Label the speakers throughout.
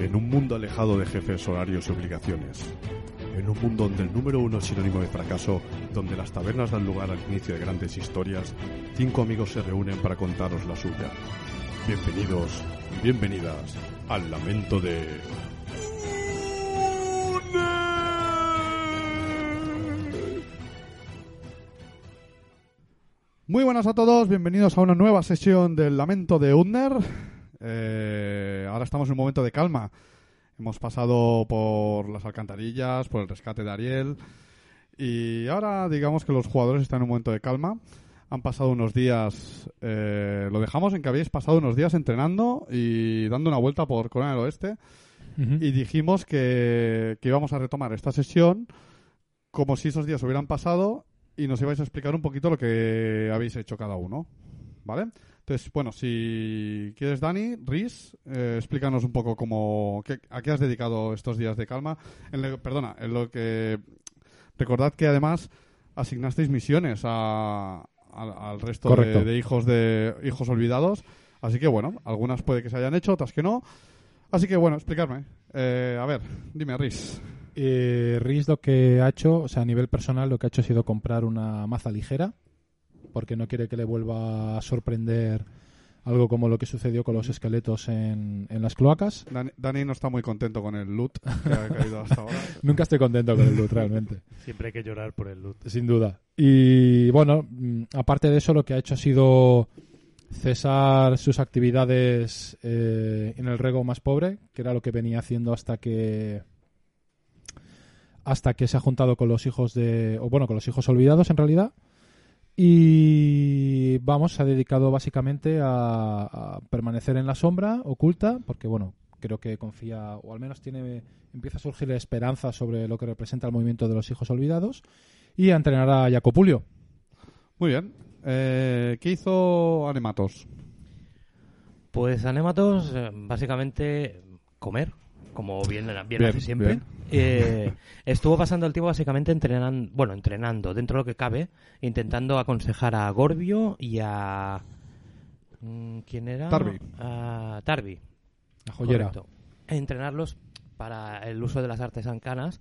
Speaker 1: En un mundo alejado de jefes, horarios y obligaciones. En un mundo donde el número uno es sinónimo de fracaso, donde las tabernas dan lugar al inicio de grandes historias, cinco amigos se reúnen para contaros la suya. Bienvenidos y bienvenidas al lamento de...
Speaker 2: Muy buenas a todos, bienvenidos a una nueva sesión del Lamento de Udner. Eh, ahora estamos en un momento de calma. Hemos pasado por las alcantarillas, por el rescate de Ariel y ahora digamos que los jugadores están en un momento de calma. Han pasado unos días, eh, lo dejamos en que habéis pasado unos días entrenando y dando una vuelta por Corea del Oeste y dijimos que, que íbamos a retomar esta sesión como si esos días hubieran pasado y nos ibais a explicar un poquito lo que habéis hecho cada uno, ¿vale? Entonces, bueno, si quieres, Dani, Riz, eh, explícanos un poco cómo, qué- a qué has dedicado estos días de calma. En lo- perdona, en lo que... Recordad que además asignasteis misiones a- al- al resto de,
Speaker 3: Correcto.
Speaker 2: de hijos de hijos olvidados. Así que, bueno, algunas puede que se hayan hecho, otras que no. Así que bueno, explicarme. Eh, a ver, dime, Riz.
Speaker 3: Eh, Riz lo que ha hecho, o sea, a nivel personal, lo que ha hecho ha sido comprar una maza ligera, porque no quiere que le vuelva a sorprender algo como lo que sucedió con los esqueletos en, en las cloacas.
Speaker 2: Dan- Dani no está muy contento con el loot que ha caído hasta ahora.
Speaker 3: Nunca estoy contento con el loot, realmente,
Speaker 4: Siempre hay que llorar por el loot.
Speaker 3: sin duda. Y bueno, mm, aparte de eso, lo que ha hecho ha sido cesar sus actividades eh, en el rego más pobre, que era lo que venía haciendo hasta que hasta que se ha juntado con los hijos de o bueno con los hijos olvidados en realidad y vamos se ha dedicado básicamente a, a permanecer en la sombra oculta porque bueno creo que confía o al menos tiene empieza a surgir esperanza sobre lo que representa el movimiento de los hijos olvidados y a entrenar a Jacopulio
Speaker 2: Muy bien. Eh, ¿Qué hizo Anematos?
Speaker 5: Pues anematos, eh, básicamente comer, como bien, bien,
Speaker 2: Bien,
Speaker 5: hace siempre.
Speaker 2: bien.
Speaker 5: Eh, estuvo pasando el tiempo básicamente entrenando, bueno, entrenando dentro de lo que cabe, intentando aconsejar a Gorbio y a... mm, ¿Quién era?
Speaker 2: Tarbi.
Speaker 5: A Tarbi.
Speaker 3: la joyera
Speaker 5: Correcto. Entrenarlos para el uso de las artes arcanas,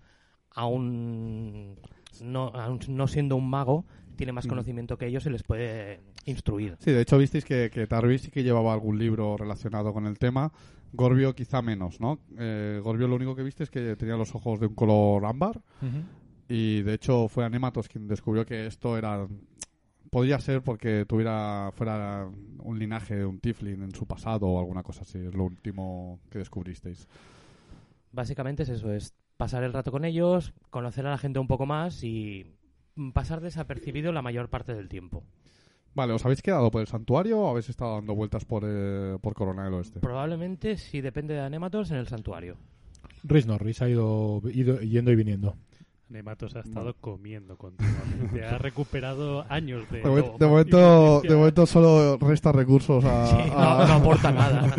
Speaker 5: aún no, aún no siendo un mago, tiene más
Speaker 2: Mm.
Speaker 5: conocimiento que ellos y les puede instruir.
Speaker 2: Sí, de hecho visteis que, que Tarvis sí que llevaba algún libro relacionado con el tema. Gorbio quizá menos, ¿no? Eh, Gorbio lo único que viste es que tenía los ojos de un color ámbar
Speaker 3: Ujú.
Speaker 2: y de hecho fue Anematos quien descubrió que esto era podía ser porque tuviera fuera un linaje de un tiflin en su pasado o alguna cosa así. Es lo último que descubristeis.
Speaker 5: básicamente es eso, es pasar el rato con ellos, conocer a la gente un poco más y pasar desapercibido la mayor parte del tiempo.
Speaker 2: Vale, ¿os habéis quedado por el santuario o habéis estado dando vueltas por, eh, por Corona del Oeste?
Speaker 5: Probablemente, si depende de Anematos, en el santuario.
Speaker 3: Riz no, Riz ha ido, ido- yendo y viniendo.
Speaker 4: Nematos ha estado comiendo continuamente. Ha recuperado años de.
Speaker 2: De, momen- de momento, de momento solo resta recursos a...
Speaker 5: Sí, no,
Speaker 2: a-
Speaker 5: no aporta nada.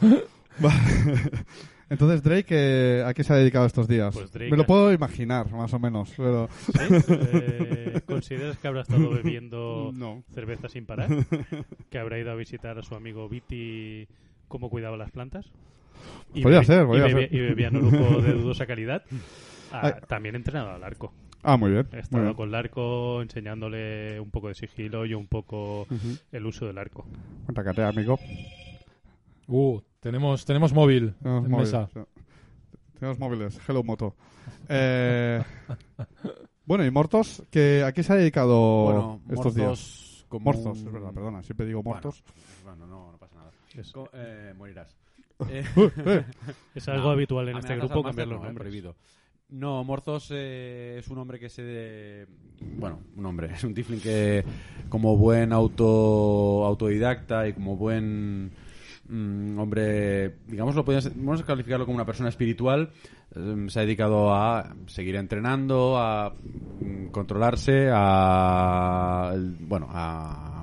Speaker 2: Vale. Entonces, Drake, eh, ¿a qué se ha dedicado estos días?
Speaker 4: Pues Drake
Speaker 2: Me lo
Speaker 4: ha-
Speaker 2: puedo imaginar, más o menos, pero...
Speaker 4: ¿Sí? Eh, ¿Consideras que habrá estado bebiendo
Speaker 2: No.
Speaker 4: cerveza sin parar? ¿Que habrá ido a visitar a su amigo Viti cómo cuidaba las plantas?
Speaker 2: Podría
Speaker 4: bebi-
Speaker 2: ser, podría
Speaker 4: y bebi-
Speaker 2: ser.
Speaker 4: Y bebía Norujo de dudosa calidad. Ah,
Speaker 2: Ay.
Speaker 4: también entrenado al arco.
Speaker 2: Ah, muy bien.
Speaker 4: He
Speaker 2: muy
Speaker 4: estado
Speaker 2: bien.
Speaker 4: con el arco enseñándole un poco de sigilo y un poco
Speaker 2: Ujú.
Speaker 4: el uso del arco.
Speaker 2: Contracatea, amigo.
Speaker 3: Uh, tenemos, tenemos móvil
Speaker 2: Tenemos
Speaker 3: en
Speaker 2: móviles.
Speaker 3: mesa.
Speaker 2: Tenemos móviles. Hello, moto. Eh, bueno, ¿y Mortos? ¿Qué, ¿A qué se ha dedicado
Speaker 6: bueno,
Speaker 2: estos días?
Speaker 6: Morzos como
Speaker 2: Morzos,
Speaker 6: un-
Speaker 2: es verdad, perdona. Siempre digo Mortos.
Speaker 6: Bueno, no, no pasa nada.
Speaker 4: Es,
Speaker 6: Co- eh, morirás. Eh,
Speaker 2: Eh,
Speaker 4: es algo
Speaker 6: no,
Speaker 4: habitual en este
Speaker 6: amenazas
Speaker 4: grupo
Speaker 6: al máster
Speaker 4: cambiar los
Speaker 6: no, eh,
Speaker 4: nombres.
Speaker 6: prohibido. No, Morzos eh, es un hombre que se... de- Bueno, un hombre, es un tifling que como buen auto autodidacta y como buen mm, hombre, digamos, lo podemos, vamos a calificarlo como una persona espiritual. Eh, se ha dedicado a seguir entrenando, a mm, controlarse, a. el- Bueno, a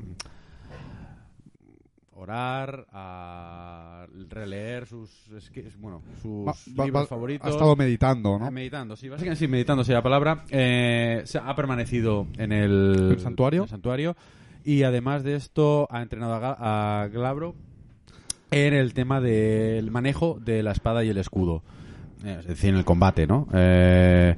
Speaker 6: orar, a releer sus, esque- bueno, sus
Speaker 2: Va- va-
Speaker 6: libros
Speaker 2: va-
Speaker 6: favoritos.
Speaker 2: Ha estado meditando, ¿no?
Speaker 6: Ah, Meditando, sí, básicamente sí, meditando sería la palabra. Eh, se ha permanecido en el,
Speaker 2: ¿El santuario?
Speaker 6: en el santuario. Y además de esto, ha entrenado a, Ga- a Glabro en el tema del manejo de la espada y el escudo. Eh, Es decir, en el combate, ¿no? Eh,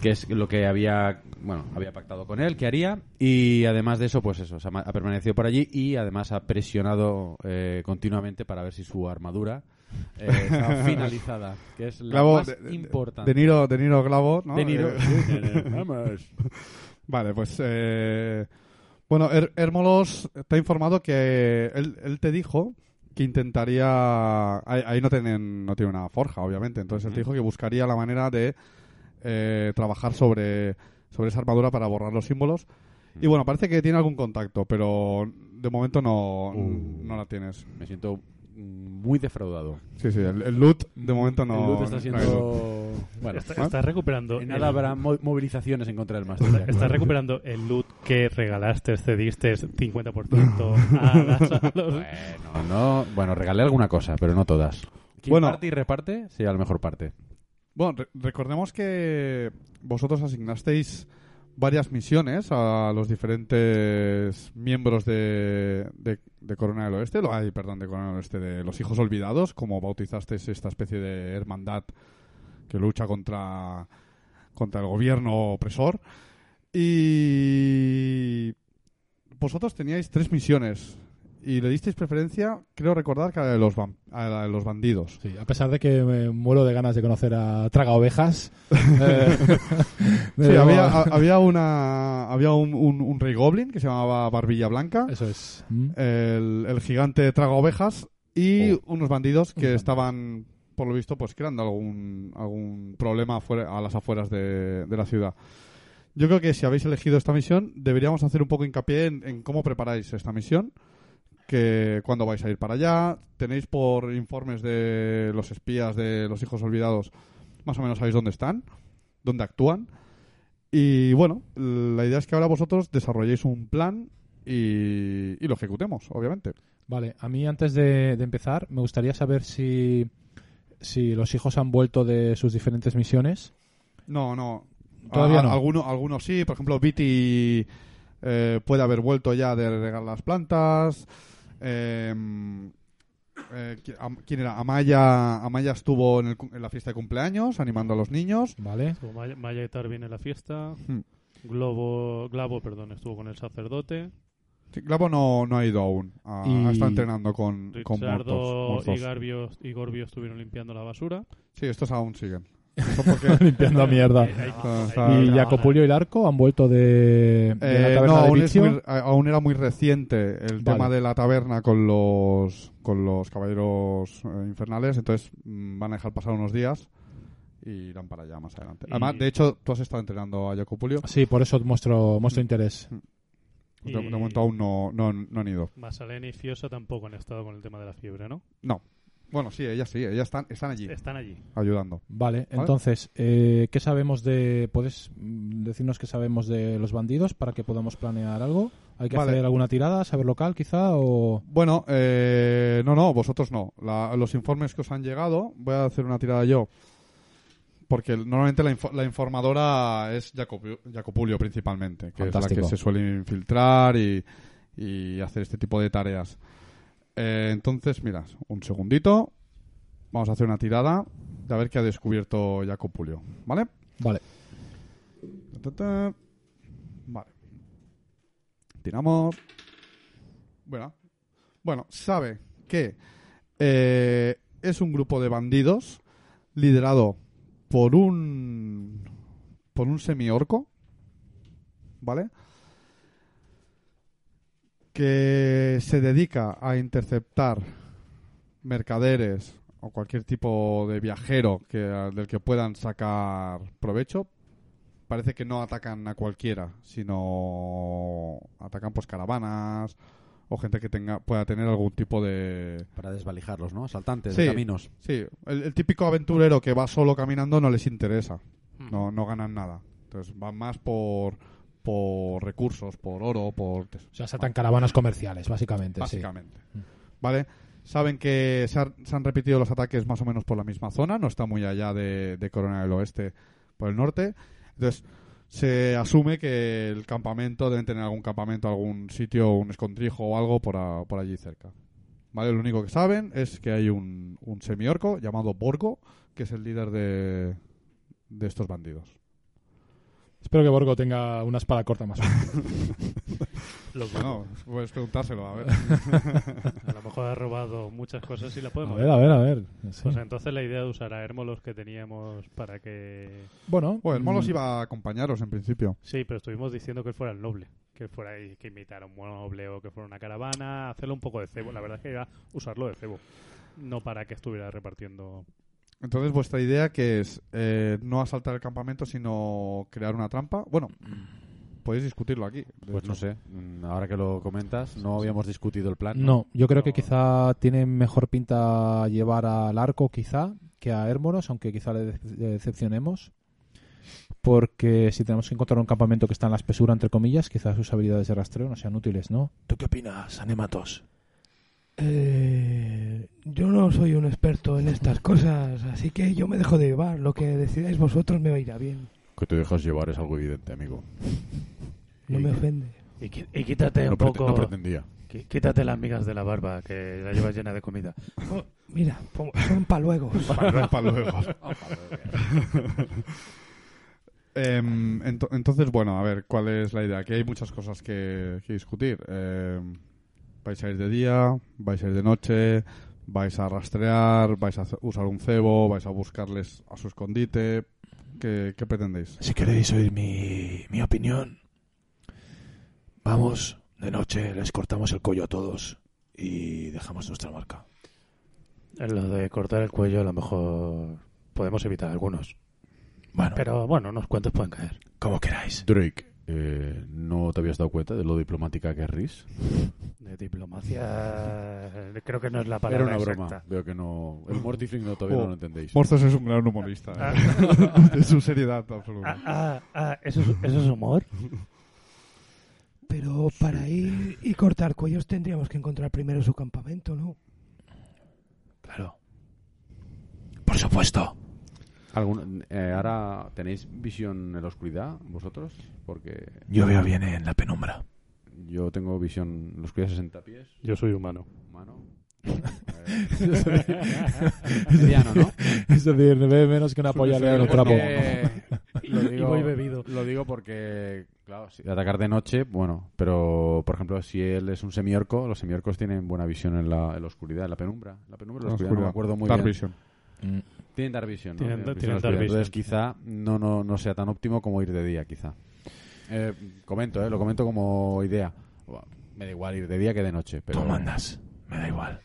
Speaker 6: que es lo que había bueno había pactado con él que haría y además de eso pues eso se ha, ma- ha permanecido por allí y además ha presionado eh, continuamente para ver si su armadura eh, está finalizada que es la
Speaker 2: Glavo,
Speaker 6: más
Speaker 2: de- de-
Speaker 6: importante
Speaker 2: De Niro, de Niro Glavo, ¿no?
Speaker 6: De Niro.
Speaker 2: Eh, Vale, pues. eh, bueno, Her- Hermolos te ha informado que él, él te dijo que intentaría. Ahí, ahí no tienen no tiene una forja, obviamente. Entonces él te dijo que buscaría la manera de eh, trabajar sobre, sobre esa armadura para borrar los símbolos. Y bueno, parece que tiene algún contacto, pero de momento no,
Speaker 6: Uh.
Speaker 2: no la tienes.
Speaker 6: me siento mm, muy defraudado
Speaker 2: Sí, sí, el, el loot de momento no.
Speaker 6: el Luz
Speaker 2: no
Speaker 6: está
Speaker 2: hay loot.
Speaker 6: siendo bueno
Speaker 2: ¿Ah?
Speaker 4: Está- Estás recuperando.
Speaker 6: en
Speaker 4: el-
Speaker 6: nada habrá mo- movilizaciones en contra del
Speaker 4: está-
Speaker 6: máster
Speaker 4: Estás recuperando el loot que regalaste, cediste 50% a, las- a los-
Speaker 6: bueno no bueno regalé alguna cosa pero no todas quien
Speaker 2: Bueno.
Speaker 6: parte y reparte sería la mejor parte
Speaker 2: Bueno, re- recordemos que vosotros asignasteis varias misiones a los diferentes miembros de, de, de Corona del Oeste, lo- ay, perdón, de Corona del Oeste, de los Hijos Olvidados, como bautizasteis esta especie de hermandad que lucha contra, contra el gobierno opresor. Y vosotros teníais tres misiones y le disteis preferencia, creo recordar, que a la de los, vam- a la de los bandidos.
Speaker 3: Sí, a pesar de que me muero de ganas de conocer a Traga Ovejas. eh, me
Speaker 2: Sí,
Speaker 3: debo-
Speaker 2: había, ha- había una había un, un, un rey goblin que se llamaba Barbilla Blanca,
Speaker 3: Eso es. Mm.
Speaker 2: el, el gigante traga ovejas y
Speaker 3: Oh.
Speaker 2: unos bandidos que
Speaker 3: bandido.
Speaker 2: estaban, por lo visto, pues creando algún, algún problema afuera- a las afueras de, de la ciudad. Yo creo que si habéis elegido esta misión, deberíamos hacer un poco hincapié en, en cómo preparáis esta misión, que cuándo vais a ir para allá, tenéis por informes de los espías de los hijos olvidados, más o menos sabéis dónde están, dónde actúan. Y bueno, la idea es que ahora vosotros desarrolléis un plan y, y lo ejecutemos, obviamente.
Speaker 3: Vale, a mí antes de, de empezar me gustaría saber si, si los hijos han vuelto de sus diferentes misiones.
Speaker 2: No, no.
Speaker 3: Todavía
Speaker 2: A- a-
Speaker 3: no.
Speaker 2: Alguno, algunos sí. Por ejemplo, Viti eh, puede haber vuelto ya de regar las plantas. Eh, eh, qui- am- ¿Quién era? Amaya, Amaya estuvo en, el cu- en la fiesta de cumpleaños animando a los niños.
Speaker 3: Vale.
Speaker 4: Estuvo Maya, Maya y Tar viene a la fiesta.
Speaker 2: Hmm.
Speaker 4: Globo, Glavo, perdón, estuvo con el sacerdote.
Speaker 2: Sí, Glavo no, no ha ido aún. Ah,
Speaker 3: Y-
Speaker 2: Está entrenando con, con
Speaker 4: Richardo
Speaker 2: muertos.
Speaker 4: y,
Speaker 2: muertos.
Speaker 4: Garbio, y Gorbio estuvieron limpiando la basura.
Speaker 2: Sí, estos aún siguen. Eso porque-
Speaker 3: Limpiando mierda.
Speaker 4: Eh, ahí-
Speaker 2: Está-
Speaker 4: ahí-
Speaker 2: está-
Speaker 3: Y
Speaker 4: ahí-
Speaker 3: Jacopulio y Larco han vuelto de, de
Speaker 2: Eh,
Speaker 3: la
Speaker 2: no,
Speaker 3: taberna de
Speaker 2: aún, es
Speaker 3: Vicio.
Speaker 2: muy- a- aún era muy reciente el
Speaker 3: Vale.
Speaker 2: tema de la taberna con los con los caballeros eh, infernales, entonces mm, van a dejar pasar unos días y irán para allá más adelante.
Speaker 4: Y-
Speaker 2: Además, de hecho, tú has estado entrenando a Jacopulio,
Speaker 3: Ah, Sí, por eso muestro, muestro interés.
Speaker 2: de,
Speaker 4: y-
Speaker 2: de momento aún no, no, no han ido.
Speaker 4: Masalena y Fiosa tampoco han estado con el tema de la fiebre, ¿no?
Speaker 2: Bueno, sí, ellas sí, ellas están, están allí
Speaker 4: Están allí.
Speaker 2: ayudando.
Speaker 3: Vale, entonces, eh, ¿qué sabemos de... ¿Puedes mm, decirnos qué sabemos de los bandidos para que podamos planear algo? ¿Hay que
Speaker 2: Vale.
Speaker 3: hacer alguna tirada, saber local quizá? o
Speaker 2: Bueno, eh, no, no, vosotros no. La- los informes que os han llegado, voy a hacer una tirada yo. Porque normalmente la, info- la informadora es Jacopu- Jacopulio principalmente, que es
Speaker 3: Fantástico.
Speaker 2: la que se suele infiltrar y, y hacer este tipo de tareas. Eh, entonces, mirad, un segundito. Vamos a hacer una tirada de a ver qué ha descubierto Jacopulio. ¿Vale?
Speaker 3: Vale,
Speaker 2: Ta, ta, ta. Vale. Tiramos. Bueno. Bueno, sabe que eh, es un grupo de bandidos liderado por un por un semiorco, ¿vale? Que se dedica a interceptar mercaderes o cualquier tipo de viajero que, del que puedan sacar provecho, parece que no atacan a cualquiera, sino atacan pues caravanas o gente que tenga pueda tener algún tipo de...
Speaker 6: Para desvalijarlos, ¿no? Asaltantes
Speaker 2: Sí.
Speaker 6: de caminos.
Speaker 2: Sí, el, el típico aventurero que va solo caminando no les interesa,
Speaker 4: Mm.
Speaker 2: no, no ganan nada. Entonces van más por, por recursos, por oro, por... tes-
Speaker 3: O sea, saltan caravanas comerciales, básicamente. sí.
Speaker 2: básicamente. ¿Vale? Saben que se, han- se han repetido los ataques más o menos por la misma zona, no está muy allá de, de Corona del Oeste por el norte. Entonces, se asume que el campamento, deben tener algún campamento, algún sitio, un escondrijo o algo por, a- por allí cerca. ¿Vale? Lo único que saben es que hay un, un semiorco llamado Borgo, que es el líder de, de estos bandidos.
Speaker 7: Espero que Borgo tenga una espada corta más.
Speaker 4: Los
Speaker 2: Bueno, puedes preguntárselo, a ver.
Speaker 4: A lo mejor ha robado muchas cosas y la
Speaker 7: A
Speaker 4: podemos
Speaker 7: ver, a ver, a ver. Sí.
Speaker 4: Pues entonces la idea de usar a Hermolos que teníamos para que...
Speaker 7: Bueno,
Speaker 2: Bueno, el Molos
Speaker 7: mm,
Speaker 2: iba a acompañaros en principio.
Speaker 4: Sí, pero estuvimos diciendo que él fuera el noble. Que fuera ahí, que imitara un noble o que fuera una caravana. Hacerlo un poco de cebo. La verdad es que era usarlo de cebo. No para que estuviera repartiendo...
Speaker 2: Entonces, vuestra idea que es eh, no asaltar el campamento, sino crear una trampa. Bueno, podéis discutirlo aquí. de
Speaker 6: Pues
Speaker 2: hecho.
Speaker 6: no sé, mm, ahora que lo comentas, no habíamos discutido el plan.
Speaker 3: No, yo creo que
Speaker 6: No.
Speaker 3: quizá tiene mejor pinta llevar al arco, quizá, que a Hermoros, aunque quizá le dece- le decepcionemos. Porque si tenemos que encontrar un campamento que está en la espesura, entre comillas, quizás sus habilidades de rastreo no sean útiles, ¿no?
Speaker 8: ¿Tú qué opinas, Anematos?
Speaker 9: Eh, yo no soy un experto en estas cosas, así que yo me dejo de llevar. Lo que decidáis vosotros me irá bien.
Speaker 6: Que te dejas llevar es algo evidente, amigo.
Speaker 9: No me ofende.
Speaker 8: Y, qui- y quítate un poco.
Speaker 6: pretendía.
Speaker 8: qui- quítate las migas de la barba, que la llevas llena de comida.
Speaker 9: Mira, po- son paluegos.
Speaker 2: Para luego. Em, ento- entonces, bueno, a ver, ¿cuál es la idea? Aquí hay muchas cosas que, que discutir. Em, vais a ir de día, vais a ir de noche, vais a rastrear, vais a hacer- usar un cebo, vais a buscarles a su escondite. ¿Qué, qué pretendéis?
Speaker 8: Si queréis oír mi, mi opinión, vamos, de noche les cortamos el cuello a todos y dejamos nuestra marca.
Speaker 9: En lo de cortar el cuello, a lo mejor podemos evitar algunos.
Speaker 8: Bueno,
Speaker 9: Pero bueno, unos cuantos pueden caer.
Speaker 8: como queráis.
Speaker 6: Drake, eh, ¿no te habías dado cuenta de lo diplomática que es Riz?
Speaker 9: De diplomacia, creo que no es la
Speaker 6: Era una broma. Veo que no. El mortifling no, todavía
Speaker 2: Oh.
Speaker 6: no lo entendéis.
Speaker 2: Morzos es un gran humorista. ¿eh? de su seriedad absoluta.
Speaker 8: Ah, ah, ¿eso, es- ¿Eso es humor?
Speaker 9: Pero para ir y cortar cuellos tendríamos que encontrar primero su campamento, ¿no?
Speaker 8: Claro. Por supuesto.
Speaker 6: ¿Algún- eh, ¿Ahora tenéis visión en la oscuridad vosotros? Porque
Speaker 8: Yo veo bien en la penumbra.
Speaker 6: yo tengo visión en la oscuridad 60 pies,
Speaker 4: Yo soy humano.
Speaker 6: humano. Mediano, ¿no?
Speaker 3: es decir, ve menos que una polla lea en un trapo.
Speaker 6: Lo digo,
Speaker 4: voy bebido.
Speaker 6: Lo digo porque, claro, si atacar de noche, bueno, pero por ejemplo, si él es un semiorco, los semiorcos tienen buena visión en la, en la oscuridad, en la penumbra. En la penumbra, en la oscuridad, no me acuerdo muy
Speaker 2: Dark
Speaker 6: bien.
Speaker 2: Vision.
Speaker 8: Mm.
Speaker 6: Tienen dark vision, ¿no?
Speaker 4: Tienen-
Speaker 6: Visión
Speaker 4: tienen
Speaker 6: en la
Speaker 4: dark
Speaker 6: oscuridad. Entonces,
Speaker 4: vision,
Speaker 6: quizá no, no, no sea tan óptimo como ir de día, quizá. Eh, comento, eh, lo comento como idea. Buah, Me da igual ir de día que de noche, pero.
Speaker 8: Tú mandas. Me da igual.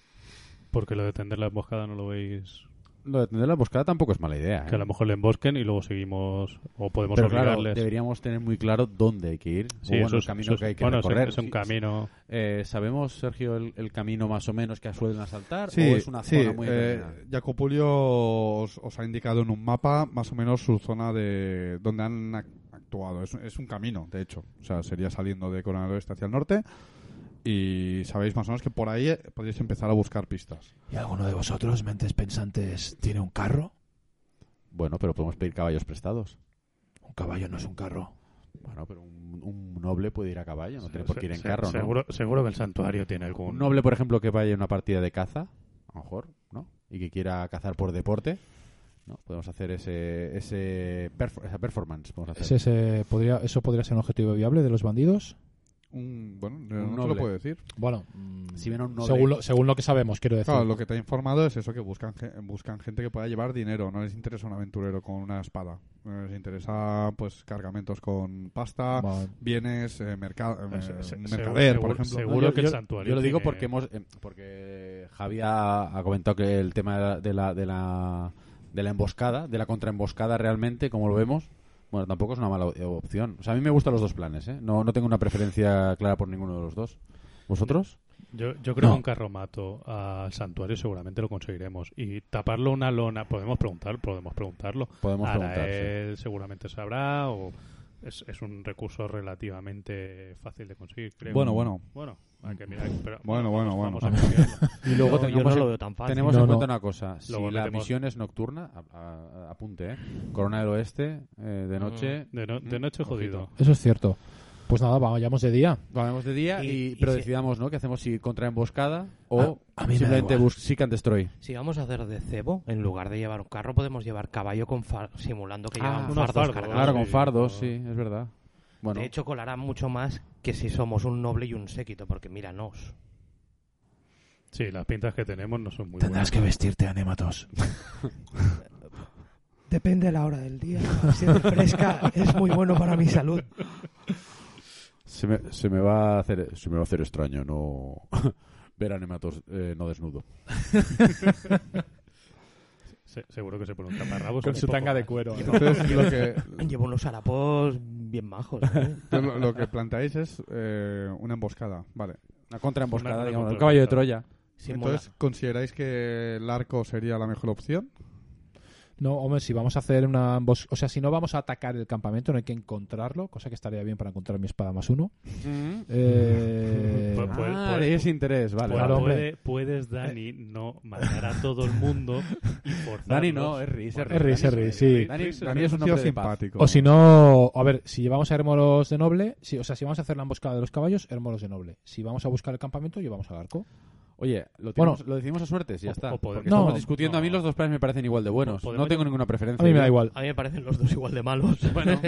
Speaker 4: Porque lo de tender la emboscada no lo veis...
Speaker 6: Lo de tener la emboscada tampoco es mala idea. ¿eh?
Speaker 4: Que a lo mejor le embosquen y luego seguimos... O podemos
Speaker 6: Pero claro,
Speaker 4: obligarles...
Speaker 6: deberíamos tener muy claro dónde hay que ir. o bueno, el
Speaker 4: es-
Speaker 6: camino
Speaker 4: eso es-
Speaker 6: que hay que
Speaker 4: bueno, es-
Speaker 6: recorrer.
Speaker 4: es un
Speaker 6: Sí,
Speaker 4: camino...
Speaker 6: Eh, ¿Sabemos, Sergio, el, el camino más o menos que suelen asaltar?
Speaker 2: Sí,
Speaker 6: ¿O es una
Speaker 2: sí,
Speaker 6: zona muy
Speaker 2: eh,
Speaker 6: determinada?
Speaker 2: Jacopulio os, os ha indicado en un mapa más o menos su zona de donde han ac- actuado. Es, es un camino, de hecho. O sea, sería saliendo de Coronel Oeste hacia el norte. Y sabéis más o menos que por ahí eh, podríais empezar a buscar pistas.
Speaker 8: ¿Y alguno de vosotros, mentes pensantes, tiene un carro?
Speaker 6: Bueno, pero podemos pedir caballos prestados.
Speaker 8: Un caballo no es un carro.
Speaker 6: Bueno, pero un, un noble puede ir a caballo, no tiene
Speaker 8: Se-
Speaker 6: por qué ir en
Speaker 8: se-
Speaker 6: carro, ¿no?
Speaker 8: Seguro, seguro que el santuario tiene algún.
Speaker 6: Un noble, por ejemplo, que vaya a una partida de caza, a lo mejor, ¿no? Y que quiera cazar por deporte, ¿no? Podemos hacer ese, ese perfor- esa performance. Podemos
Speaker 3: ¿Es
Speaker 6: hacer.
Speaker 3: ese- podría, ¿Eso podría ser un objetivo viable de los bandidos?
Speaker 2: Un, bueno,
Speaker 6: Un
Speaker 2: no te lo
Speaker 6: noble.
Speaker 2: puedo decir.
Speaker 3: Bueno,
Speaker 8: Mm.
Speaker 6: Si ven a un noble,
Speaker 3: según, lo, según lo que sabemos, quiero decir.
Speaker 2: Claro, lo que te ha informado es eso, que buscan, ge- buscan gente que pueda llevar dinero. No les interesa un aventurero con una espada. No les interesa, pues, cargamentos con pasta,
Speaker 3: Vale.
Speaker 2: bienes, eh, merca- eh,
Speaker 4: se- se-
Speaker 2: mercader, por
Speaker 4: seguro-
Speaker 2: ejemplo.
Speaker 4: seguro
Speaker 6: No, yo-
Speaker 4: que el
Speaker 6: yo-
Speaker 4: santuario
Speaker 6: Yo lo digo
Speaker 4: tiene-
Speaker 6: porque hemos, eh, porque Javi ha, ha comentado que el tema de la, de la, de la emboscada, de la contraemboscada realmente, como lo vemos, bueno, tampoco es una mala o- opción. O sea, a mí me gustan los dos planes, ¿eh? No, no tengo una preferencia clara por ninguno de los dos. ¿Vosotros?
Speaker 4: Yo, yo creo
Speaker 6: No.
Speaker 4: que un carromato al santuario seguramente lo conseguiremos. Y taparlo una lona, podemos preguntar, podemos preguntarlo.
Speaker 6: Podemos
Speaker 4: Ahora eh,
Speaker 6: preguntar, sí.
Speaker 4: él seguramente sabrá o es, es un recurso relativamente fácil de conseguir, creo.
Speaker 6: Bueno, bueno.
Speaker 4: Bueno, hay que mirar. pero
Speaker 2: Bueno, bueno,
Speaker 4: vamos-
Speaker 2: bueno.
Speaker 4: vamos a investigarlo.
Speaker 6: Y luego
Speaker 5: Yo- yo
Speaker 6: tengamos
Speaker 5: no lo
Speaker 6: en-
Speaker 5: veo tan fácil.
Speaker 6: Tenemos
Speaker 3: No,
Speaker 6: en
Speaker 3: no.
Speaker 6: cuenta una cosa. Si
Speaker 4: Luego
Speaker 6: la
Speaker 4: metemos-
Speaker 6: misión es nocturna, a- a- a- apunte, ¿eh? Corona del Oeste, eh, de noche...
Speaker 4: De, no- de
Speaker 6: Mm,
Speaker 4: noche
Speaker 6: ojito.
Speaker 4: jodido.
Speaker 3: Eso es cierto. Pues nada, vayamos de día.
Speaker 6: Vamos de día,
Speaker 5: Y-
Speaker 6: y,
Speaker 5: y
Speaker 6: pero
Speaker 5: si-
Speaker 6: decidamos, ¿no? ¿Qué hacemos si contra emboscada o
Speaker 8: A- a mí me da
Speaker 6: simplemente
Speaker 8: igual.
Speaker 6: bus- seek and destroy?
Speaker 5: Si vamos a hacer de cebo, en lugar de llevar un carro, podemos llevar caballo con far- simulando que
Speaker 6: Ah,
Speaker 5: llevan
Speaker 4: unos
Speaker 5: fardos
Speaker 4: fardos,
Speaker 5: cargados.
Speaker 6: Claro, con
Speaker 4: sí,
Speaker 6: fardos,
Speaker 4: no.
Speaker 6: sí, es verdad. Bueno,
Speaker 5: De hecho, colarán mucho más que si somos un noble y un séquito, porque míranos.
Speaker 4: Sí, las pintas que tenemos no son muy buenas.
Speaker 8: Tendrás que vestirte, Anematos.
Speaker 9: Depende de la hora del día. Si es fresca, es muy bueno para mi salud.
Speaker 8: Se me, se me va a hacer se me va a hacer extraño no ver a Anematos eh, no desnudo.
Speaker 4: Se- seguro que se pone un taparrabos.
Speaker 7: Con
Speaker 4: un
Speaker 7: su
Speaker 4: poco
Speaker 7: tanga de
Speaker 4: más.
Speaker 7: cuero.
Speaker 2: Entonces, lo que,
Speaker 5: Llevo unos harapos bien majos. ¿eh?
Speaker 2: lo, lo que planteáis es eh, una emboscada, vale.
Speaker 6: una contraemboscada,
Speaker 4: Una- una
Speaker 6: digamos, un
Speaker 4: contraemboscada.
Speaker 6: caballo de Troya.
Speaker 5: Simula-
Speaker 2: Entonces, ¿consideráis que el arco sería la mejor opción?
Speaker 3: No, hombre, si vamos a hacer una embos- o sea, si no vamos a atacar el campamento, no hay que encontrarlo, cosa que estaría bien para encontrar mi espada más uno. Eh,
Speaker 4: Pues- pues-
Speaker 6: ah,
Speaker 4: pues-
Speaker 6: de ahí es interés, vale.
Speaker 4: Puede-
Speaker 3: Claro, hombre.
Speaker 4: puede- puedes, Dani, no matar a todo el mundo y forzarlos.
Speaker 6: Dani no, es Riz, es
Speaker 4: Bueno,
Speaker 6: Riz.
Speaker 3: Riz, es Riz, sí.
Speaker 6: Dani,
Speaker 4: Riz,
Speaker 6: Dani
Speaker 4: Riz.
Speaker 6: es un
Speaker 2: tío
Speaker 6: hombre de paz.
Speaker 2: simpático.
Speaker 3: o si no, a ver, si llevamos a Hermoros de Noble, si, o sea, si vamos a hacer la emboscada de los caballos, Hermoros de Noble. Si vamos a buscar el campamento, llevamos al arco.
Speaker 6: Oye, lo,
Speaker 3: Bueno.
Speaker 6: tenemos- lo decimos a suerte, si ya
Speaker 4: O-
Speaker 6: está.
Speaker 4: o podemos-
Speaker 6: Porque
Speaker 3: No. Pues
Speaker 6: estamos discutiendo, a mí
Speaker 4: No.
Speaker 6: los dos planes me parecen igual de buenos.
Speaker 4: Podemos-
Speaker 6: No tengo ninguna preferencia.
Speaker 3: A mí me da igual.
Speaker 5: A mí me parecen los dos igual de malos.
Speaker 6: Bueno,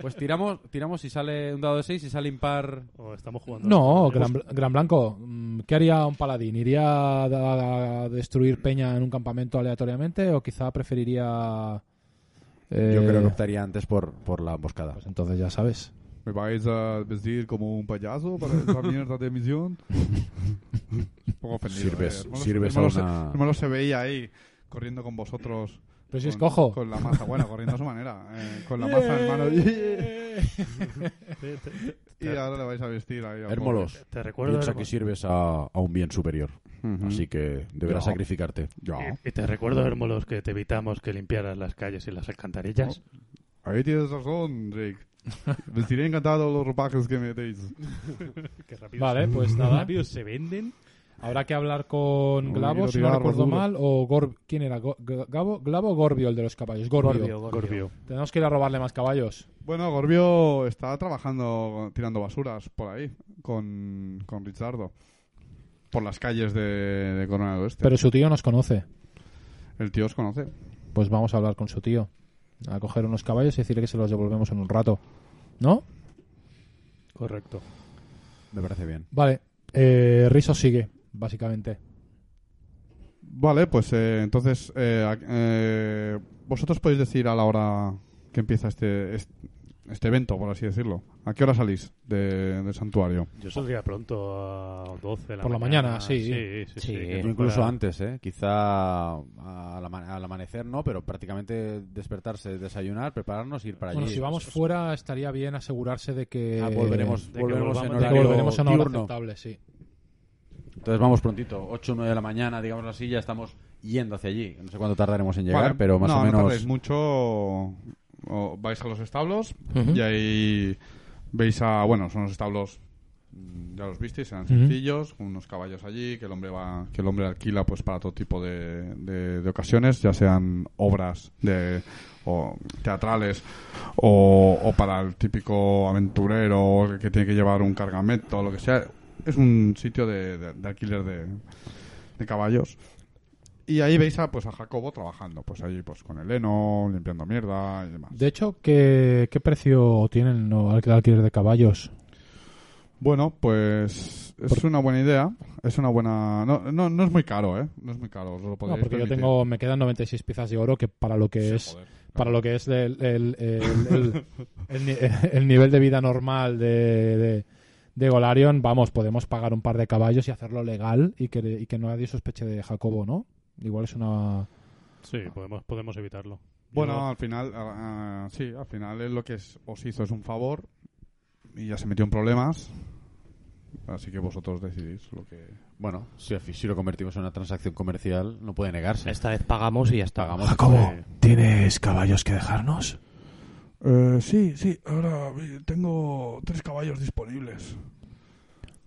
Speaker 6: pues tiramos, tiramos si sale un dado de 6, si sale impar...
Speaker 4: O Oh, estamos jugando.
Speaker 3: No,
Speaker 4: Hemos-
Speaker 3: Gran, Gran Blanco, mm, ¿qué haría un paladín? ¿Iría a, a destruir peña en un campamento aleatoriamente o quizá preferiría... eh,
Speaker 6: Yo creo que optaría antes por, por la emboscada.
Speaker 3: Pues entonces ya sabes.
Speaker 2: ¿Me vais a vestir como un payaso para esa mierda de misión? un poco ofendido.
Speaker 8: Sirves-
Speaker 2: eh. Hermano se-
Speaker 8: sirves a
Speaker 2: hermano se-
Speaker 8: una-
Speaker 2: hermano se veía ahí corriendo con vosotros.
Speaker 3: Pero si es
Speaker 2: con-
Speaker 3: cojo.
Speaker 2: Con la maza, bueno, corriendo a su manera. eh, con la maza, hermano.
Speaker 4: Te, te-
Speaker 2: y ahora le vais a vestir ahí. al
Speaker 8: Hermolos,
Speaker 4: te recuerdo.
Speaker 8: piensa que
Speaker 4: Hermolos,
Speaker 8: sirves a, a un bien superior,
Speaker 2: pobre. Ujú.
Speaker 8: así que deberás
Speaker 2: Ya.
Speaker 8: sacrificarte.
Speaker 2: Ya.
Speaker 4: y, y te recuerdo, Hermolos, que te evitamos que limpiaras las calles y las alcantarillas.
Speaker 2: Ahí tienes razón, Drake. Vestiré encantado los ropajes que me deis.
Speaker 4: Que rápido
Speaker 3: Vale,
Speaker 4: se-
Speaker 3: pues nada.
Speaker 4: rápido se venden.
Speaker 3: Habrá que hablar con
Speaker 2: No,
Speaker 3: Glavo,
Speaker 2: quiero
Speaker 3: si no
Speaker 2: tirar
Speaker 3: recuerdo
Speaker 2: duro.
Speaker 3: mal, o Gor... ¿Quién era? Go- G- Gabo- ¿Glavo o Gorbio, el de los caballos? Gorbio.
Speaker 5: Gorbio, Gorbio.
Speaker 4: Gorbio.
Speaker 3: Tenemos que ir a robarle más caballos.
Speaker 2: Bueno, Gorbio está trabajando tirando basuras por ahí con, con Richardo. Por las calles de, de Coronado Oeste.
Speaker 3: Pero su tío nos conoce.
Speaker 2: El tío os conoce.
Speaker 3: Pues vamos a hablar con su tío. A coger unos caballos y decirle que se los devolvemos en un rato. ¿No?
Speaker 4: Correcto.
Speaker 6: Me parece bien.
Speaker 3: Vale. Eh, Riso sigue, básicamente.
Speaker 2: Vale, pues eh, entonces eh, a- eh, vosotros podéis decir a la hora que empieza este, est- este, evento, por así decirlo. ¿A qué hora salís de- del santuario?
Speaker 4: Yo saldría pronto a 12 de la
Speaker 3: Por la
Speaker 4: mañana.
Speaker 3: mañana, sí.
Speaker 4: Sí, sí, sí,
Speaker 5: Sí.
Speaker 4: que
Speaker 6: Yo
Speaker 4: fuera-
Speaker 6: incluso antes, ¿eh? Quizá al, ama- al amanecer no, pero prácticamente despertarse, desayunar, prepararnos y ir para allí.
Speaker 3: Bueno, si vamos fuera, estaría bien asegurarse de que
Speaker 6: Ah, volveremos,
Speaker 4: de que
Speaker 6: volveremos
Speaker 4: volvamos-
Speaker 6: en
Speaker 3: de que
Speaker 6: horario
Speaker 3: volveremos a una hora
Speaker 6: diurno.
Speaker 3: aceptable, sí.
Speaker 6: Entonces vamos prontito, 8 o 9 de la mañana, digamos así, ya estamos yendo hacia allí. No sé cuánto tardaremos en llegar,
Speaker 2: Vale,
Speaker 6: pero más
Speaker 2: no,
Speaker 6: o
Speaker 2: No
Speaker 6: menos...
Speaker 2: tardáis mucho. o vais a los establos
Speaker 5: Ujú.
Speaker 2: y ahí veis a. Bueno, son los establos. mm, Ya los visteis, eran
Speaker 3: Ujú.
Speaker 2: sencillos, con unos caballos allí que el hombre va, que el hombre alquila pues para todo tipo de, de- de ocasiones, ya sean obras de o teatrales o, o para el típico aventurero que tiene que llevar un cargamento o lo que sea. Es un sitio de, de- de alquiler de, de caballos. Y ahí veis a, pues, a Jacobo trabajando, pues ahí pues con el heno, limpiando mierda y demás.
Speaker 3: De hecho, ¿qué, qué precio tienen no, al- el alquiler de caballos?
Speaker 2: Bueno, pues es una buena idea, es una buena... No, no, no es muy caro, ¿eh? No es muy caro, os lo
Speaker 3: No,
Speaker 2: podéis
Speaker 3: porque yo
Speaker 2: permitir.
Speaker 3: tengo, me quedan 96 piezas de oro, que para lo que
Speaker 2: Sí,
Speaker 3: es
Speaker 2: joder.
Speaker 3: para lo que es el, el- el- el- el ni- el nivel de vida normal de, de, de Golarion, vamos, podemos pagar un par de caballos y hacerlo legal y que, y que nadie sospeche de Jacobo, ¿no? Igual es una...
Speaker 4: Sí, podemos, podemos evitarlo.
Speaker 2: Bueno, al final, ah, ah, sí, al final él lo que es- os hizo es un favor y ya se metió en problemas Así que vosotros decidís lo que...
Speaker 6: Bueno, si, si lo convertimos en una transacción comercial, no puede negarse.
Speaker 5: Esta vez pagamos y ya está.
Speaker 6: Pagamos.
Speaker 10: Jacobo,
Speaker 6: eh,
Speaker 10: ¿tienes caballos que dejarnos?
Speaker 2: Eh,
Speaker 10: sí, sí, ahora eh, tengo tres caballos disponibles.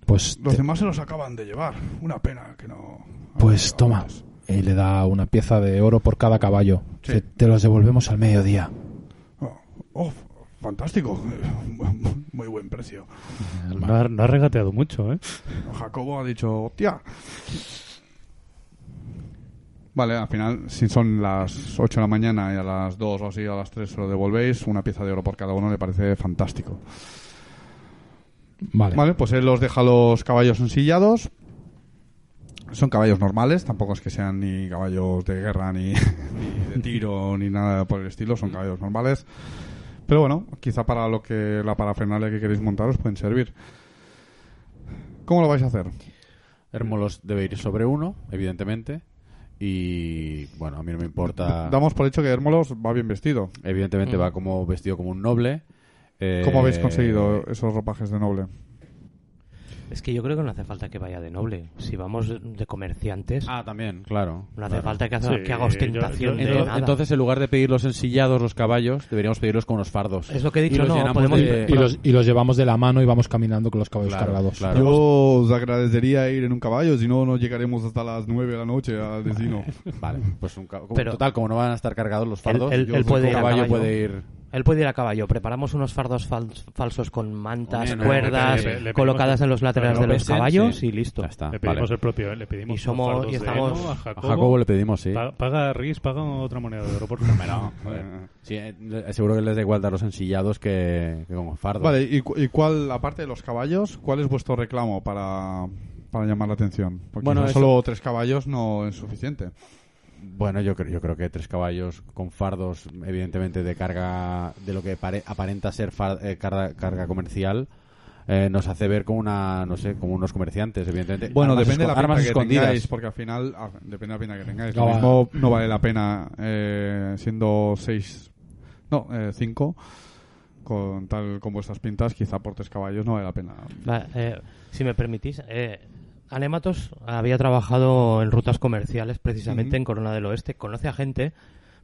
Speaker 7: Pues,
Speaker 10: Los
Speaker 7: te-
Speaker 10: demás se los acaban de llevar. Una pena que no.
Speaker 7: pues toma. Y le da una pieza de oro por cada caballo. Te- Te los devolvemos al mediodía.
Speaker 10: Oh, f- fantástico. Eh, Muy buen precio.
Speaker 4: No ha, no ha regateado mucho, ¿eh?
Speaker 10: Jacobo ha dicho,
Speaker 2: ¡Hostia! Vale, al final, si son las 8 de la mañana y a las 2 o así, a las 3 se lo devolvéis, una pieza de oro por cada uno le parece fantástico.
Speaker 7: Vale.
Speaker 2: Vale, pues él los deja los caballos ensillados. Son caballos normales, tampoco es que sean ni caballos de guerra, ni, ni de tiro, ni nada por el estilo, son caballos normales. Pero bueno, quizá para lo que la parafernalia que queréis montar os pueden servir. ¿Cómo lo vais a hacer?
Speaker 6: Hermolos debe ir sobre uno, evidentemente. Y bueno, a mí no me importa.
Speaker 2: Damos por hecho que Hermolos va bien vestido.
Speaker 6: Evidentemente
Speaker 5: Mm.
Speaker 6: va como vestido como un noble. Eh,
Speaker 2: ¿Cómo habéis conseguido esos ropajes de noble?
Speaker 5: Es que yo creo que no hace falta que vaya de noble. Si vamos de comerciantes,
Speaker 6: Ah, también, claro.
Speaker 5: no hace
Speaker 6: claro.
Speaker 5: falta que, haga-
Speaker 4: Sí,
Speaker 5: que haga ostentación
Speaker 4: yo- yo-
Speaker 5: de
Speaker 6: Entonces,
Speaker 5: nada.
Speaker 6: entonces, en lugar de pedir los ensillados, los caballos, deberíamos pedirlos con los fardos.
Speaker 5: es lo que he
Speaker 6: y
Speaker 5: dicho,
Speaker 6: los
Speaker 5: no,
Speaker 6: llenamos
Speaker 5: podemos...
Speaker 6: de-
Speaker 7: Y los, y los llevamos de la mano y vamos caminando con los caballos
Speaker 6: Claro,
Speaker 7: cargados.
Speaker 6: claro.
Speaker 2: Yo os agradecería ir en un caballo, si no, no llegaremos hasta las 9 de la noche al destino.
Speaker 6: Vale, pues un ca- como-
Speaker 5: Pero-
Speaker 6: total, como no van a estar cargados los fardos,
Speaker 5: Él- él-
Speaker 6: yo-
Speaker 5: él puede
Speaker 6: el
Speaker 5: ir a
Speaker 6: caballo
Speaker 5: caballo.
Speaker 6: puede ir.
Speaker 5: Él puede ir a caballo. Preparamos unos fardos fal- falsos con mantas,
Speaker 6: Hombre, no,
Speaker 5: cuerdas,
Speaker 4: le- le- le pedimos-
Speaker 5: colocadas en los laterales
Speaker 4: no,
Speaker 5: de
Speaker 4: no,
Speaker 5: los
Speaker 6: pesen,
Speaker 5: caballos
Speaker 6: sí.
Speaker 5: y listo.
Speaker 6: Ya está,
Speaker 4: Le
Speaker 6: Ah, vale.
Speaker 4: pedimos el propio, ¿eh? Le pedimos
Speaker 5: Y somos-
Speaker 4: fardos
Speaker 5: y
Speaker 4: de
Speaker 5: estamos-
Speaker 4: oro a
Speaker 6: A
Speaker 4: Jacobo.
Speaker 6: Jacobo le pedimos, sí.
Speaker 4: Pa- paga a Riz, paga otra moneda de oro, por favor.
Speaker 6: Sí, eh, le- seguro que les da igual dar los ensillados que, que como fardos.
Speaker 2: Vale, ¿y, cu- y cuál, aparte de los caballos, cuál es vuestro reclamo para, para llamar la atención? Porque
Speaker 6: Bueno,
Speaker 2: quizá
Speaker 6: eso-
Speaker 2: solo tres caballos no es suficiente.
Speaker 6: Bueno, yo creo, yo creo que tres caballos con fardos, evidentemente de carga, de lo que pare- aparenta ser far- eh, carga, carga comercial, eh, nos hace ver como una, no sé, como unos comerciantes, evidentemente.
Speaker 2: Bueno,
Speaker 6: Armas
Speaker 2: depende de la
Speaker 6: esco-
Speaker 2: pinta
Speaker 6: armas
Speaker 2: que
Speaker 6: escondidas.
Speaker 2: tengáis, porque al final ah, depende de la pinta que tengáis. Lo
Speaker 7: No,
Speaker 2: mismo no vale la pena eh, siendo seis, no, eh, cinco, con tal con vuestras pintas, quizá por tres caballos no vale la pena.
Speaker 5: Va, eh, si me permitís, eh, Alematos había trabajado en rutas comerciales precisamente en Corona del Oeste. Conoce a gente,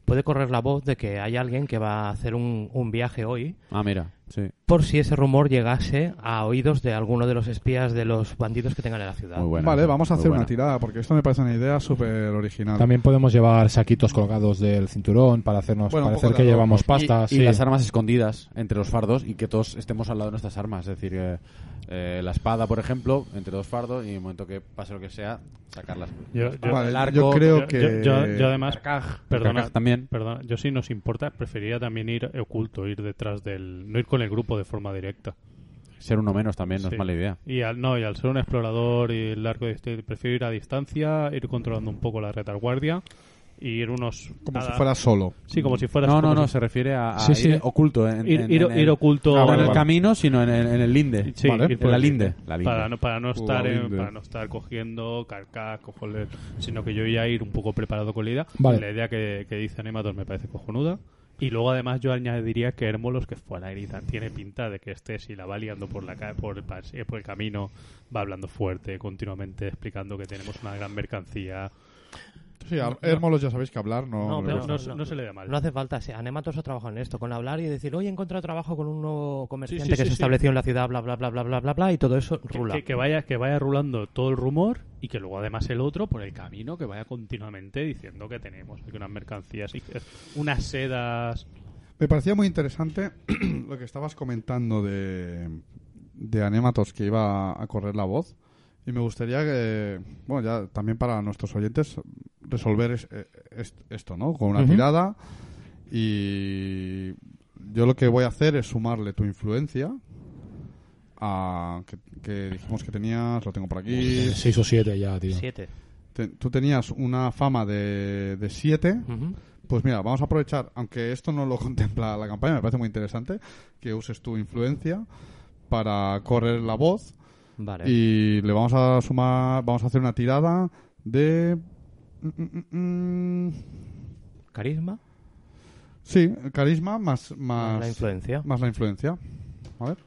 Speaker 5: puede correr la voz de que hay alguien que va a hacer un, un viaje hoy
Speaker 6: Ah, mira, sí,
Speaker 5: por si ese rumor llegase a oídos de alguno de los espías de los bandidos que tengan en la ciudad.
Speaker 6: muy buena.
Speaker 2: vale,
Speaker 6: esa,
Speaker 2: vamos a
Speaker 6: muy
Speaker 2: hacer
Speaker 6: buena.
Speaker 2: una tirada, porque esto me parece una idea súper original.
Speaker 7: También podemos llevar saquitos colgados del cinturón para hacernos
Speaker 2: Bueno, un
Speaker 7: parecer
Speaker 2: poco de
Speaker 7: que llevamos pastas.
Speaker 6: Y, y
Speaker 7: sí.
Speaker 6: las armas escondidas entre los fardos y que todos estemos al lado de nuestras armas. Es decir, eh, eh, la espada, por ejemplo, entre dos fardos y en el momento que pase lo que sea, sacarlas.
Speaker 4: Yo, yo-
Speaker 2: Vale,
Speaker 6: el arco-
Speaker 2: yo creo
Speaker 4: yo-
Speaker 2: que...
Speaker 4: yo- yo- yo además, perdona,
Speaker 6: Carcaj también.
Speaker 4: perdona, yo si nos importa, preferiría también ir oculto, ir detrás del... No ir con el grupo de forma directa.
Speaker 6: Ser uno menos también no
Speaker 4: Sí.
Speaker 6: es mala idea.
Speaker 4: Y al, no, y al ser un explorador y el arco de este, prefiero ir a distancia, ir controlando un poco la retaguardia y ir unos...
Speaker 2: como
Speaker 4: a-
Speaker 2: si fuera solo.
Speaker 4: Sí, como si fueras...
Speaker 6: No, no,
Speaker 4: como
Speaker 6: no,
Speaker 4: si-
Speaker 6: se refiere a, a
Speaker 7: Sí, sí.
Speaker 6: ir oculto. En,
Speaker 4: ir,
Speaker 6: en-
Speaker 4: ir-
Speaker 6: en el- Ah,
Speaker 4: ir oculto...
Speaker 6: No en
Speaker 2: vale,
Speaker 6: el
Speaker 2: vale.
Speaker 6: camino, sino en, en- en el linde.
Speaker 4: Sí,
Speaker 6: Vale.
Speaker 4: ir por
Speaker 6: en la
Speaker 4: el
Speaker 6: linde.
Speaker 4: linde.
Speaker 6: La linde.
Speaker 4: Para no, para no estar en-
Speaker 2: linde.
Speaker 4: para no estar cogiendo carcas, cojones, sino que yo ya ir un poco preparado con la idea.
Speaker 7: Vale.
Speaker 4: La idea que, que dice Animator me parece cojonuda. Y luego además yo añadiría que Hermolos, que fue a la grita, tiene pinta de que este si la va liando por la ca- por el, pase- por el camino, va hablando fuerte, continuamente explicando que tenemos una gran mercancía.
Speaker 2: Sí, a- Hermolos ya sabéis que hablar, no...
Speaker 5: No,
Speaker 4: No,
Speaker 5: pero-
Speaker 4: no- no se le da mal.
Speaker 5: No hace falta, sí, Anematos ha trabajado en esto, con hablar y decir, oye, he encontrado trabajo con un nuevo comerciante
Speaker 4: Sí, sí, sí,
Speaker 5: que se
Speaker 4: sí.
Speaker 5: estableció en la ciudad, bla, bla, bla, bla, bla, bla, bla, y todo eso
Speaker 4: Que-
Speaker 5: rula.
Speaker 4: Que, que vaya que vaya rulando todo el rumor y que luego además el otro por el camino que vaya continuamente diciendo que tenemos aquí unas mercancías y que- unas sedas
Speaker 2: Me parecía muy interesante lo que estabas comentando de, de Anematos que iba a correr la voz. Y me gustaría que, bueno, ya también para nuestros oyentes, resolver es- eh, est- esto, ¿no? Con una
Speaker 5: Ujú.
Speaker 2: tirada. Y yo lo que voy a hacer es sumarle tu influencia a que, que dijimos que tenías, lo tengo por aquí.
Speaker 7: Seis o siete ya, tío.
Speaker 5: Siete.
Speaker 2: Te- tú tenías una fama de 7.
Speaker 5: Ujú.
Speaker 2: Pues mira, vamos a aprovechar, aunque esto no lo contempla la campaña, me parece muy interesante que uses tu influencia para correr la voz
Speaker 5: Vale.
Speaker 2: y le vamos a sumar, vamos a hacer una tirada de... mm, mm, mm, mm,
Speaker 5: Carisma,
Speaker 2: Sí, carisma más, más,
Speaker 5: la influencia.
Speaker 2: más la influencia. A ver.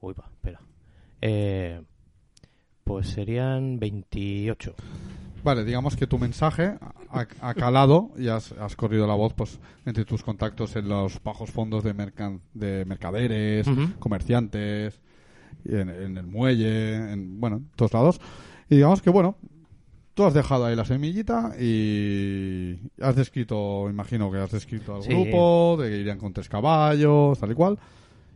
Speaker 5: Uy, va, espera. Eh, Pues serían 28.
Speaker 2: Vale, digamos que tu mensaje ha, ha calado y has, has corrido la voz pues entre tus contactos en los bajos fondos de, mercan- de mercaderes,
Speaker 1: Ujú.
Speaker 2: comerciantes, y en, en el muelle, en, bueno, en todos lados. Y digamos que, bueno, tú has dejado ahí la semillita y has descrito, imagino que has descrito al
Speaker 1: Sí.
Speaker 2: grupo, de que irían con tres caballos, tal y cual.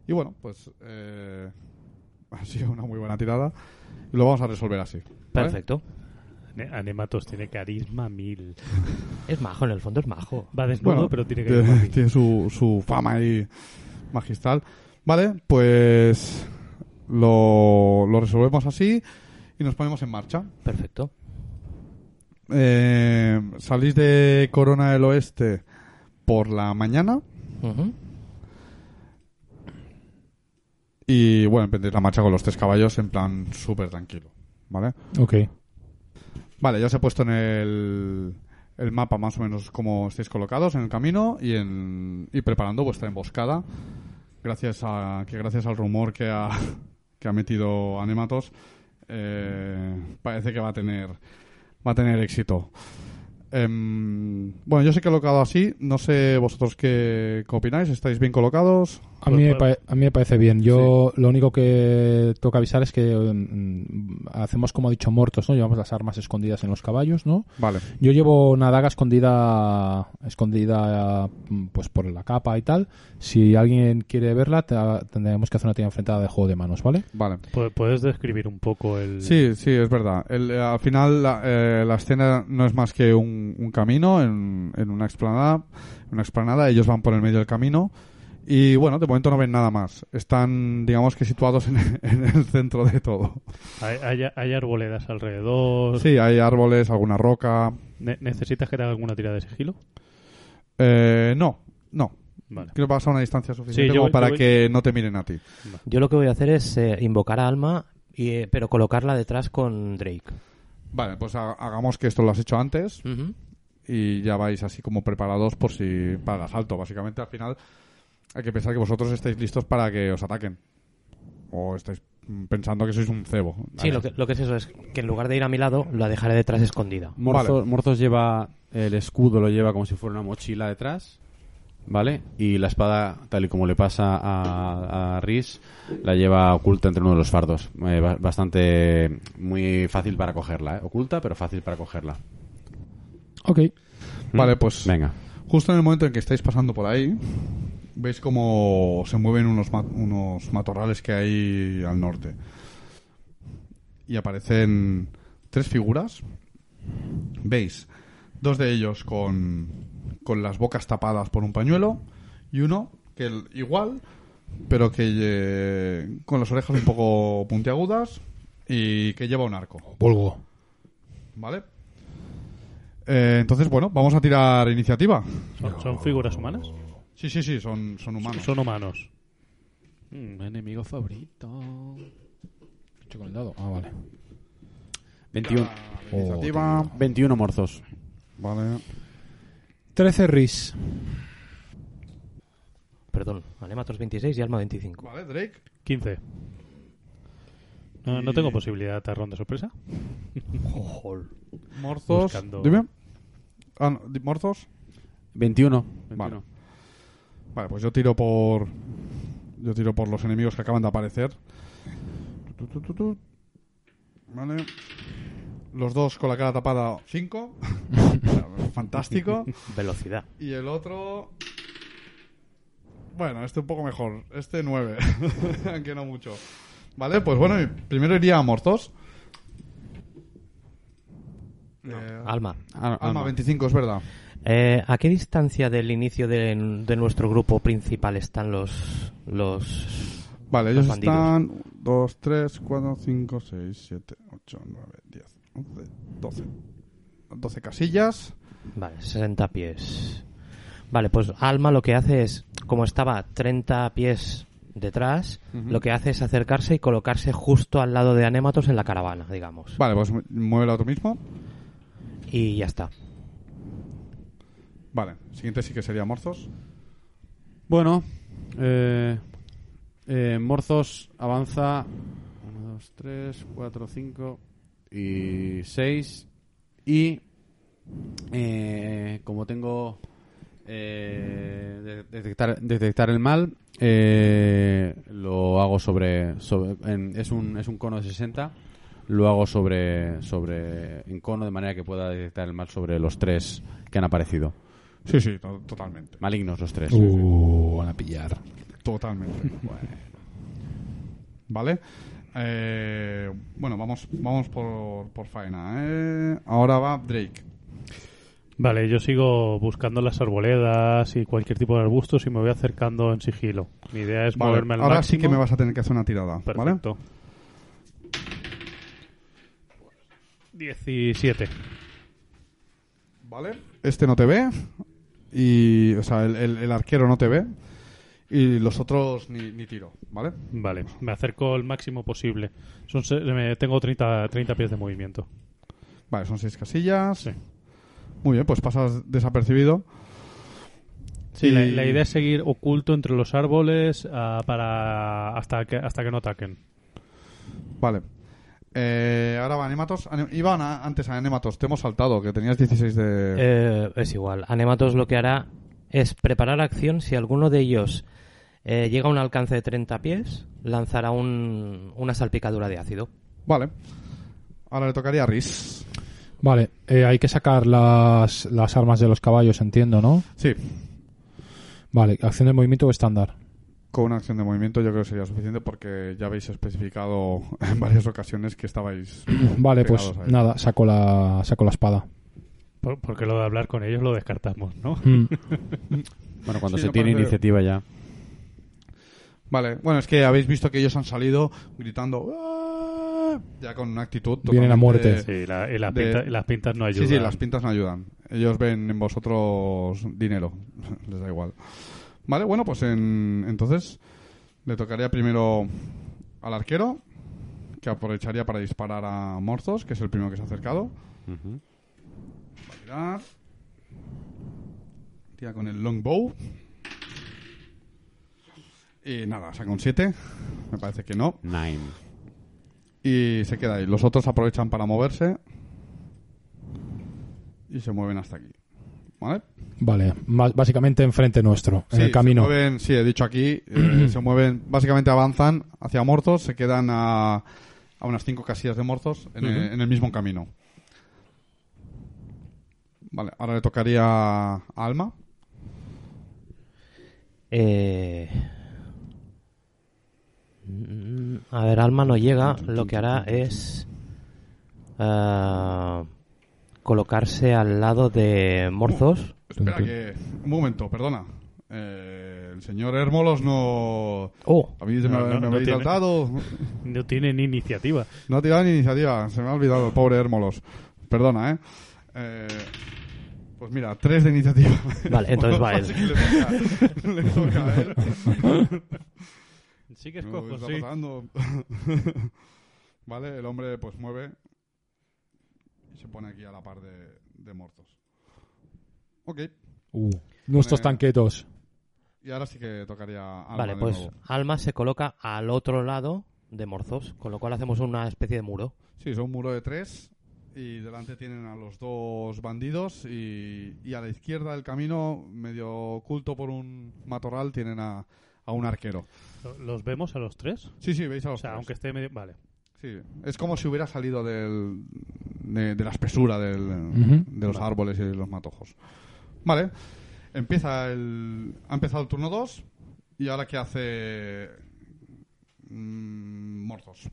Speaker 2: Y bueno, pues eh, ha sido una muy buena tirada y lo vamos a resolver así. ¿vale?
Speaker 5: Perfecto.
Speaker 4: Anematos tiene carisma mil.
Speaker 5: Es majo, en el fondo es majo.
Speaker 4: Va desnudo,
Speaker 2: Bueno,
Speaker 4: pero tiene
Speaker 2: tiene-
Speaker 4: carisma mil.
Speaker 2: tiene su, su fama ahí magistral. Vale, pues lo, lo resolvemos así y nos ponemos en marcha.
Speaker 5: Perfecto.
Speaker 2: Eh, salís de Corona del Oeste por la mañana
Speaker 5: Ujú.
Speaker 2: y bueno, emprendéis la marcha con los tres caballos en plan súper tranquilo. ¿Vale?
Speaker 3: Ok.
Speaker 2: Vale, ya os he puesto en el, el mapa más o menos cómo estáis colocados en el camino y, en, y preparando vuestra emboscada. Gracias a que gracias al rumor que ha, que ha metido Anematos, eh, parece que va a tener va a tener éxito. Em, bueno, yo sé que he colocado así, no sé vosotros qué, qué opináis, ¿estáis bien colocados?
Speaker 3: A mí, me pa- a mí me parece bien. Yo lo único que tengo que avisar es que mm, hacemos como ha dicho Mortos, ¿no? Llevamos las armas escondidas en los caballos, ¿no?
Speaker 2: Vale.
Speaker 3: Yo llevo una daga escondida escondida mm, pues por la capa y tal. Si alguien quiere verla, te- tendremos que hacer una tira enfrentada de juego de manos, ¿vale?
Speaker 2: Vale.
Speaker 4: Pu- ¿Puedes describir un poco el...?
Speaker 2: Sí, sí, es verdad. El, eh, al final la, eh, la escena no es más que un, un camino en, en una explanada. en Una explanada, ellos van por el medio del camino y bueno, de momento no ven nada más. Están, digamos que situados en, en el centro de todo.
Speaker 4: Hay, hay- hay arboledas alrededor.
Speaker 2: Sí, hay árboles, alguna roca.
Speaker 4: Ne- ¿Necesitas que te haga alguna tira de sigilo?
Speaker 2: Eh, no, no.
Speaker 4: Vale.
Speaker 2: Creo que vas a una distancia suficiente como
Speaker 4: yo voy- yo
Speaker 2: para
Speaker 4: voy-
Speaker 2: que no te miren a ti.
Speaker 5: Yo lo que voy a hacer es eh, invocar a Alma, y, eh, pero colocarla detrás con Drake.
Speaker 2: Vale, pues ha- hagamos que esto lo has hecho antes y ya vais así como preparados por si para el asalto. Básicamente al final hay que pensar que vosotros estáis listos para que os ataquen o estáis mm, pensando que sois un cebo.
Speaker 5: Sí, lo que, lo que es eso es que en lugar de ir a mi lado, la dejaré detrás escondida.
Speaker 6: Morzos, Morzos lleva el escudo, lo lleva como si fuera una mochila detrás, ¿vale? Y la espada, tal y como le pasa a, a Rhys, la lleva oculta entre uno de los fardos. Eh, ba- bastante, muy fácil para cogerla, ¿eh? Oculta, pero fácil para cogerla. Mm.
Speaker 3: Ok.
Speaker 2: Vale, pues
Speaker 6: Venga.
Speaker 2: justo en el momento en que estáis pasando por ahí, veis cómo se mueven unos, ma- unos matorrales que hay al norte. Y aparecen tres figuras. Veis dos de ellos con, con las bocas tapadas por un pañuelo y uno que el- igual, pero que eh, con las orejas un poco puntiagudas y que lleva un arco.
Speaker 3: Volgo.
Speaker 2: ¿Vale? Eh, entonces, bueno, vamos a tirar iniciativa.
Speaker 4: ¿Son, son figuras humanas?
Speaker 2: Sí, sí, sí, son, son humanos.
Speaker 4: Son humanos.
Speaker 6: Mm, enemigo favorito.
Speaker 3: Hecho con el dado. Ah, vale.
Speaker 6: 21. Oh,
Speaker 2: Iniciativa.
Speaker 6: 21 morzos.
Speaker 2: Vale.
Speaker 3: 13 RIS.
Speaker 5: Perdón, Anematos 26 y Alma 25.
Speaker 2: Vale, Drake.
Speaker 4: 15. No, no tengo posibilidad de atarrón de sorpresa.
Speaker 5: Jol.
Speaker 2: Morzos.
Speaker 4: Buscando-
Speaker 2: Dime. Ah, no, di- morzos.
Speaker 6: 21.
Speaker 2: Vale. Vale, pues yo tiro por. Yo tiro por los enemigos que acaban de aparecer. Tu, tu, tu, tu. Vale. Los dos con la cara tapada, 5. Fantástico.
Speaker 5: Velocidad.
Speaker 2: Y el otro. Bueno, este un poco mejor. Este 9. Aunque no mucho. Vale, pues bueno, y primero iría a Morzos. Eh,
Speaker 5: Alma,
Speaker 6: Ah,
Speaker 2: Alma,
Speaker 6: ah,
Speaker 2: 25, es verdad.
Speaker 5: eh, ¿a qué distancia del inicio de, de nuestro grupo principal están los... los
Speaker 2: Vale,
Speaker 5: los
Speaker 2: ellos
Speaker 5: bandidos?
Speaker 2: están 2, 3, 4, 5, 6, 7, 8, 9, 10, 11, 12. 12 casillas.
Speaker 5: Vale, 60 pies. Vale, pues Alma lo que hace es, como estaba 30 pies detrás, lo que hace es acercarse y colocarse justo al lado de Anematos en la caravana, digamos.
Speaker 2: Vale, pues mu- muévela tú mismo.
Speaker 5: Y ya está.
Speaker 2: Vale, siguiente sí que sería Morzos.
Speaker 6: Bueno, eh, eh, Morzos avanza. 1, 2, 3, 4, 5 y 6. Y eh, como tengo eh, de- detectar, detectar el mal, eh, lo hago sobre... sobre- en- es, un, es un cono de 60. Lo hago sobre, sobre en cono de manera que pueda detectar el mal sobre los tres que han aparecido.
Speaker 2: Sí, sí, to- totalmente.
Speaker 6: Malignos los tres.
Speaker 2: Uh, van a pillar. Totalmente. ¿Vale? Eh, bueno, vamos, vamos por, por faena. ¿eh? Ahora va Drake.
Speaker 4: Vale, yo sigo buscando las arboledas y cualquier tipo de arbustos y me voy acercando en sigilo. Mi idea es
Speaker 2: Vale,
Speaker 4: moverme al
Speaker 2: ahora
Speaker 4: máximo.
Speaker 2: sí que me vas a tener que hacer una tirada. ¿Vale?
Speaker 4: Perfecto. 17.
Speaker 2: Vale. Este no te ve. Y, o sea, el, el- el arquero no te ve. Y los otros ni, ni tiro. ¿Vale?
Speaker 4: Vale, me acerco el máximo posible. Son se- me- tengo 30, 30 pies de movimiento.
Speaker 2: Vale, son seis casillas. Muy bien, pues pasas desapercibido.
Speaker 4: Sí,
Speaker 2: Y-
Speaker 4: la, la idea es seguir oculto entre los árboles ah, para hasta que hasta que no ataquen.
Speaker 2: Vale. Eh, ahora va Anematos. Ane- Iban a- antes a Anematos. Te hemos saltado, que tenías 16 de...
Speaker 5: Eh, es igual. Anematos lo que hará es preparar acción. Si alguno de ellos eh, llega a un alcance de 30 pies, lanzará un- una salpicadura de ácido.
Speaker 2: Vale. Ahora le tocaría a Riz.
Speaker 3: Vale, eh, hay que sacar las, las armas de los caballos, entiendo, ¿no?
Speaker 2: Sí.
Speaker 3: Vale, acción de movimiento o estándar.
Speaker 2: Con una acción de movimiento yo creo que sería suficiente porque ya habéis especificado en varias ocasiones que estabais...
Speaker 3: Vale, pues
Speaker 2: pegados Mm, a él.
Speaker 3: nada, saco la, saco la espada.
Speaker 4: Por- porque lo de hablar con ellos lo descartamos, ¿no?
Speaker 3: Mm.
Speaker 6: Bueno, cuando
Speaker 2: Sí,
Speaker 6: se
Speaker 2: me
Speaker 6: tiene
Speaker 2: parece-
Speaker 6: iniciativa ya.
Speaker 2: Vale, bueno, es que habéis visto que ellos han salido gritando... "¡Ah!", Ya con una actitud...
Speaker 3: Vienen a
Speaker 2: totalmente
Speaker 3: muerte.
Speaker 4: Sí, la- y las
Speaker 2: de-
Speaker 4: pinta- y las pintas no
Speaker 2: Sí, sí,
Speaker 4: ayudan.
Speaker 2: las pintas no ayudan. Ellos ven en vosotros dinero. Les da igual. Vale, bueno, pues en- entonces le tocaría primero al arquero, que aprovecharía para disparar a Morzos, que es el primero que se ha acercado. Va a tirar. Tira con el longbow. Y nada, saca un 7. Me parece que no.
Speaker 6: Nine.
Speaker 2: Y se queda ahí. Los otros aprovechan para moverse. Y se mueven hasta aquí. ¿Vale?
Speaker 3: Vale, más- básicamente enfrente nuestro, en
Speaker 2: Sí,
Speaker 3: el camino.
Speaker 2: Se mueven, sí, he dicho aquí. eh, se mueven, básicamente avanzan hacia Morzos. Se quedan a, a unas cinco casillas de Morzos en, el-
Speaker 4: Ujú.
Speaker 2: en el mismo camino. Vale, ahora le tocaría a Alma.
Speaker 5: Eh, mm, A ver, Alma no llega. Lo que hará es ah, colocarse al lado de Morzos.
Speaker 2: Espera que. Un momento, perdona. Eh, el señor Hermolos no.
Speaker 5: Oh.
Speaker 2: A mí se me,
Speaker 4: No, no,
Speaker 2: me
Speaker 4: no
Speaker 2: habéis
Speaker 4: tiene-
Speaker 2: saltado.
Speaker 4: No tienen iniciativa.
Speaker 2: No ha tirado ni iniciativa, se me ha olvidado, el pobre Hermolos. Perdona, ¿eh? Eh, pues mira, tres de iniciativa.
Speaker 5: Vale, entonces va él.
Speaker 2: Así que le toca, le toca a él.
Speaker 4: Sí que
Speaker 2: No,
Speaker 4: escojo,
Speaker 2: está
Speaker 4: Pues sí.
Speaker 2: pasando. vale, el hombre pues mueve y se pone aquí a la par de, de Mortos. Ok,
Speaker 3: Uh, nuestros
Speaker 2: Eh,
Speaker 3: tanquetos.
Speaker 2: y ahora sí que tocaría a Alma
Speaker 5: Vale,
Speaker 2: de
Speaker 5: pues
Speaker 2: nuevo.
Speaker 5: Alma se coloca al otro lado de Morzos, con lo cual hacemos una especie de muro.
Speaker 2: Sí, son un muro de tres y delante tienen a los dos bandidos y, y a la izquierda del camino, medio oculto por un matorral, tienen a, a un arquero.
Speaker 4: Lo- ¿Los vemos a los tres?
Speaker 2: Sí, sí, veis a
Speaker 4: O
Speaker 2: los
Speaker 4: sea,
Speaker 2: tres.
Speaker 4: aunque esté medio... Vale.
Speaker 2: Sí, es como si hubiera salido del, de, de la espesura del-
Speaker 3: Ujú.
Speaker 2: de los árboles y de los matojos. Vale, empieza el, ha empezado el turno 2 y ahora qué hace mm, Morzos.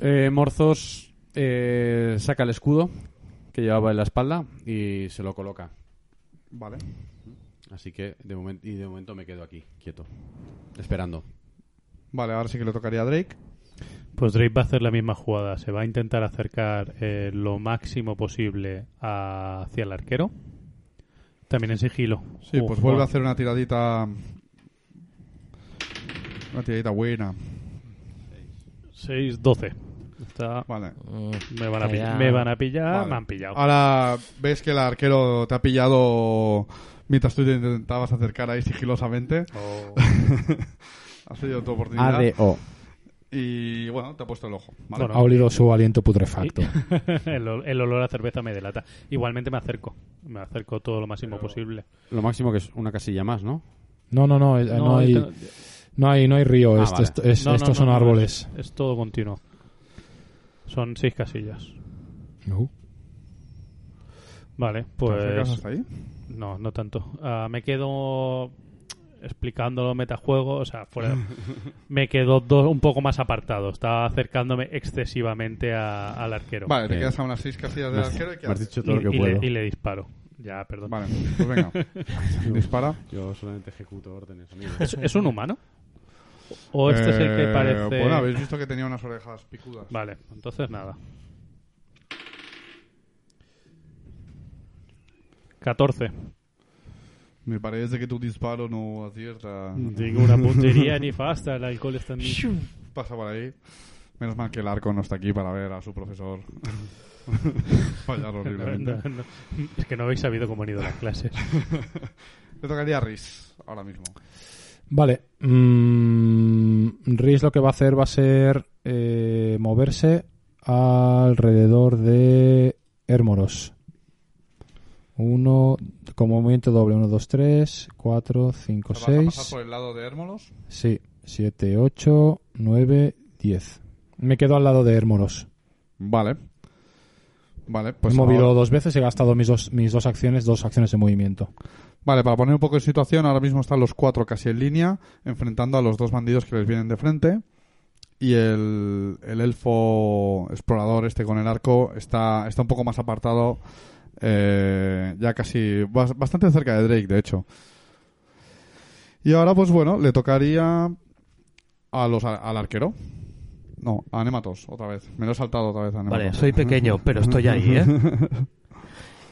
Speaker 6: Eh, Morzos eh, saca el escudo que llevaba en la espalda y se lo coloca.
Speaker 2: Vale,
Speaker 6: Así que de momento y de momento me quedo aquí, quieto, esperando.
Speaker 2: vale, ahora sí que le tocaría a Drake.
Speaker 4: Pues Drake va a hacer la misma jugada. Se va a intentar acercar eh, lo máximo posible a- hacia el arquero. También en sigilo.
Speaker 2: Sí,
Speaker 4: Uh,
Speaker 2: pues vuelve
Speaker 4: wow.
Speaker 2: a hacer una tiradita. Una tiradita buena.
Speaker 4: 6, 12. Está-
Speaker 2: Vale.
Speaker 4: Me, van a
Speaker 5: Ya.
Speaker 4: pillar, me van a pillar,
Speaker 2: Vale. Ah.
Speaker 4: me han pillado.
Speaker 2: Ahora ves que el arquero te ha pillado mientras tú te intentabas acercar ahí sigilosamente.
Speaker 4: Oh.
Speaker 3: Ah,
Speaker 2: ha sido tu oportunidad.
Speaker 6: ADO.
Speaker 2: Y bueno, te ha puesto el ojo. ¿vale?
Speaker 4: Bueno,
Speaker 3: ha olido su aliento putrefacto.
Speaker 4: el, ol- el olor a cerveza me delata. Igualmente me acerco. Me acerco todo lo máximo posible.
Speaker 6: Lo máximo que es una casilla más, ¿no?
Speaker 3: No, no, no, eh, no,
Speaker 4: No,
Speaker 3: hay,
Speaker 4: esto-
Speaker 3: no hay no hay río,
Speaker 6: Ah,
Speaker 3: esto-
Speaker 6: vale.
Speaker 3: esto es-
Speaker 4: No, no,
Speaker 3: estos
Speaker 4: no,
Speaker 3: son
Speaker 4: no,
Speaker 3: árboles.
Speaker 4: es, es todo continuo. Son seis casillas.
Speaker 3: Uh.
Speaker 4: Vale,
Speaker 2: acercas
Speaker 4: pues.
Speaker 2: hasta ahí?
Speaker 4: No, no tanto. Ah, me quedo explicando metajuegos, o sea, fuera. me quedo dos, un poco más apartado. Estaba acercándome excesivamente a- al arquero.
Speaker 2: Vale, te
Speaker 4: Eh,
Speaker 2: quedas a unas seis casillas del
Speaker 4: Me has-
Speaker 2: arquero y
Speaker 4: me has
Speaker 2: quedas.
Speaker 4: dicho todo lo que Y- y le- puedo. y le disparo. Ya, perdón.
Speaker 2: Vale, pues venga. Dispara.
Speaker 8: Yo solamente ejecuto órdenes. amigo.
Speaker 4: ¿Es, es un humano? ¿O este es el que
Speaker 2: Eh,
Speaker 4: parece.?
Speaker 2: Bueno, habéis visto que tenía unas orejas picudas.
Speaker 4: Vale, entonces nada. 14.
Speaker 2: Me parece que tu disparo no acierta.
Speaker 4: Ninguna puntería ni fasta, el alcohol está en mí.
Speaker 2: Pasa por ahí. Menos mal que el arco no está aquí para ver a su profesor fallar horriblemente.
Speaker 4: No, no, no. Es que no habéis sabido cómo han ido las clases.
Speaker 2: Le tocaría a Riz ahora mismo.
Speaker 3: Pues Vale. Mm, Riz lo que va a hacer va a ser eh, moverse alrededor de Hermoros. Uno, como movimiento doble, 1, 2, 3, 4, 5,
Speaker 2: O sea, vas a pasar
Speaker 3: 6.
Speaker 2: por el lado de Hermolos.
Speaker 3: Sí, 7, 8, 9, 10. Me quedo al lado de Hermoros.
Speaker 2: Vale. Vale, pues.
Speaker 3: He movido
Speaker 2: ahora-
Speaker 3: dos veces, he gastado mis dos, mis dos acciones, dos acciones de movimiento.
Speaker 2: Vale, para poner un poco en situación, ahora mismo están los cuatro casi en línea, enfrentando a los dos bandidos que les vienen de frente. Y el, el elfo explorador este con el arco está, está un poco más apartado, eh, ya casi bas- bastante cerca de Drake, de hecho. Y ahora, pues bueno, le tocaría a los, al arquero. No, a Nematos, otra vez. Me lo he saltado otra vez a Nematos.
Speaker 5: Vale, soy pequeño, pero estoy ahí, ¿eh?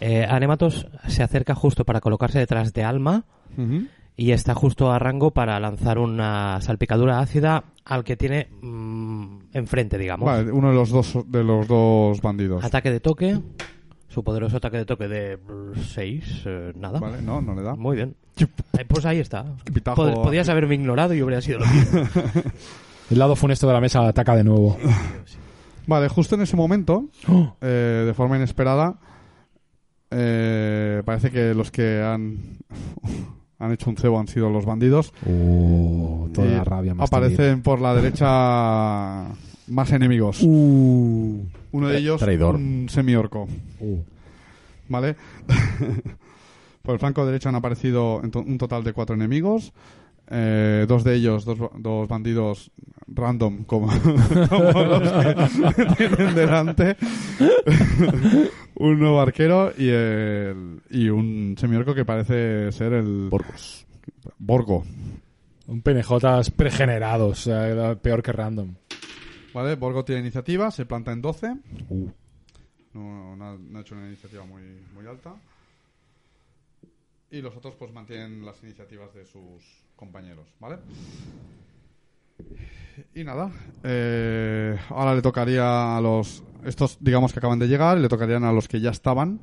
Speaker 5: Eh, Anematos se acerca justo para colocarse detrás de Alma
Speaker 2: Ujú.
Speaker 5: y está justo a rango para lanzar una salpicadura ácida al que tiene mm, enfrente, digamos.
Speaker 2: Vale, uno de los dos, de los dos bandidos.
Speaker 5: Ataque de toque, su poderoso ataque de toque de 6, nada.
Speaker 2: Vale, no, no le da.
Speaker 5: Muy bien. Eh, pues ahí está.
Speaker 2: pitajo-
Speaker 5: Pod- podías haberme ignorado y hubiera sido lo mismo.
Speaker 3: El lado funesto de la mesa ataca de nuevo.
Speaker 2: Vale, justo en ese momento, eh, de forma inesperada, eh, parece que los que han, han hecho un cebo han sido los bandidos.
Speaker 3: Oh, toda
Speaker 2: Y
Speaker 3: la rabia más
Speaker 2: Aparecen por la derecha más enemigos. Uno de ellos,
Speaker 8: traidor.
Speaker 2: un semiorco.
Speaker 3: Eh, Uh.
Speaker 2: ¿Vale? por el flanco derecho han aparecido en to- un total de cuatro enemigos. Eh, dos de ellos, dos, ba- dos bandidos random como, como los que tienen delante. un nuevo arquero y, el- y un semiorco que parece ser el...
Speaker 8: Porcos.
Speaker 2: Borgo.
Speaker 3: Un PNJ pregenerados, o sea, era peor que random.
Speaker 2: Vale, Borgo tiene iniciativa, se planta en 12. No, no ha, no ha hecho una iniciativa muy, muy alta. Y los otros pues mantienen las iniciativas de sus compañeros, ¿vale? Y nada, eh, ahora le tocaría a los... Estos, digamos que acaban de llegar, le tocarían a los que ya estaban.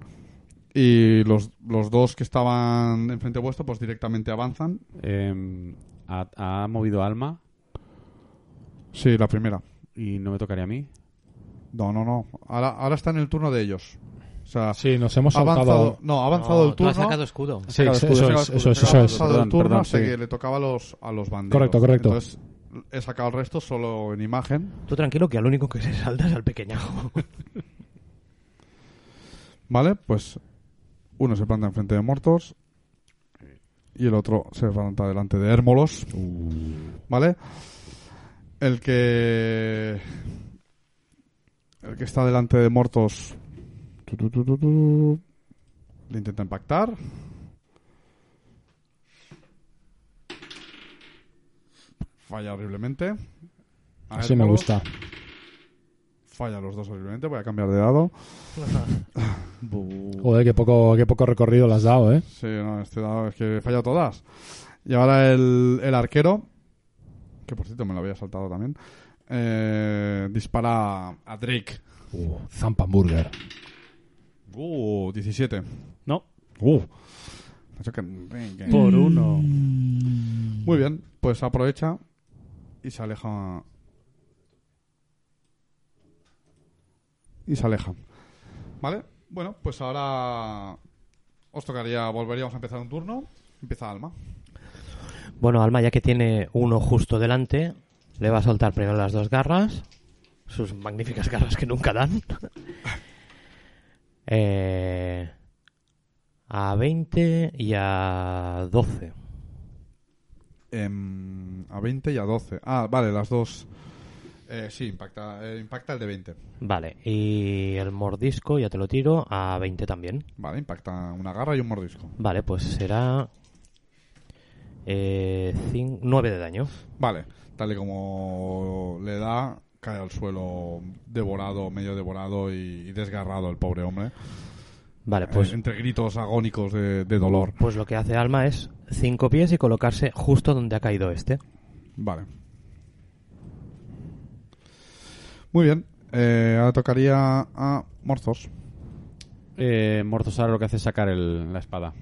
Speaker 2: Y los, los dos que estaban enfrente vuestro pues directamente avanzan.
Speaker 8: Em, ha, ha movido alma
Speaker 2: Sí, la primera.
Speaker 8: y no me tocaría a mí.
Speaker 2: No, no, no. Ahora, ahora está en el turno de ellos. O sea,
Speaker 3: Sí, nos hemos
Speaker 2: Pues ha avanzado,
Speaker 3: saltado.
Speaker 2: no, ha avanzado
Speaker 5: No,
Speaker 2: el turno.
Speaker 5: Tú has sacado escudo.
Speaker 3: Sí, eso, es, eso es, eso
Speaker 2: Ha
Speaker 3: es.
Speaker 2: avanzado
Speaker 8: Perdón,
Speaker 2: el turno
Speaker 8: perdón,
Speaker 2: hasta
Speaker 8: sí.
Speaker 2: que le tocaba a los, a los bandidos.
Speaker 3: Correcto, correcto.
Speaker 2: Entonces he sacado el resto solo en imagen.
Speaker 5: Tú tranquilo que al único que se salta es al pequeñajo.
Speaker 2: Vale, pues uno se planta enfrente de Mortos y el otro se planta delante de Hermolos. ¿Vale? El que. El que está delante de Mortos. tu, tu, tu, tu, tu, Le intenta impactar. Falla horriblemente. A
Speaker 3: Así me
Speaker 2: Hermolos
Speaker 3: gusta.
Speaker 2: Falla los dos horriblemente. Voy a cambiar de dado.
Speaker 3: Joder, qué poco, qué poco recorrido le has dado, ¿eh?
Speaker 2: Sí, no, este dado es que he fallado todas. Y ahora el, el arquero, que por cierto me lo había saltado también, eh, dispara a Drake.
Speaker 3: Zampamburger.
Speaker 2: Uh, 17.
Speaker 4: No,
Speaker 2: Uh. Ha hecho que- que-
Speaker 4: por
Speaker 3: Mm.
Speaker 4: uno.
Speaker 2: Muy bien, pues aprovecha y se aleja y se alejan. ¿Vale? Bueno, pues ahora os tocaría, volveríamos a empezar un turno. Empieza Alma.
Speaker 5: Bueno, Alma, ya que tiene uno justo delante, le va a soltar primero las dos garras. Sus magníficas garras que nunca dan. Eh, a 20 y a 12.
Speaker 2: Em, a 20 y a 12. Ah, vale, las dos. Eh, sí, impacta, eh, impacta el de 20.
Speaker 5: Vale, y el mordisco ya te lo tiro a 20 también.
Speaker 2: Vale, impacta una garra y un mordisco.
Speaker 5: Vale, pues será. Eh, 9 de daño.
Speaker 2: Vale, tal y como le da, cae al suelo devorado, medio devorado y, y desgarrado el pobre hombre.
Speaker 5: Vale, pues-
Speaker 2: Eh, entre gritos agónicos de, de dolor.
Speaker 5: Pues lo que hace Alma es 5 pies y colocarse justo donde ha caído este.
Speaker 2: Vale. Muy bien. Eh, ahora tocaría a Morzos.
Speaker 6: Eh, Mortos ahora lo que hace es sacar el- la espada,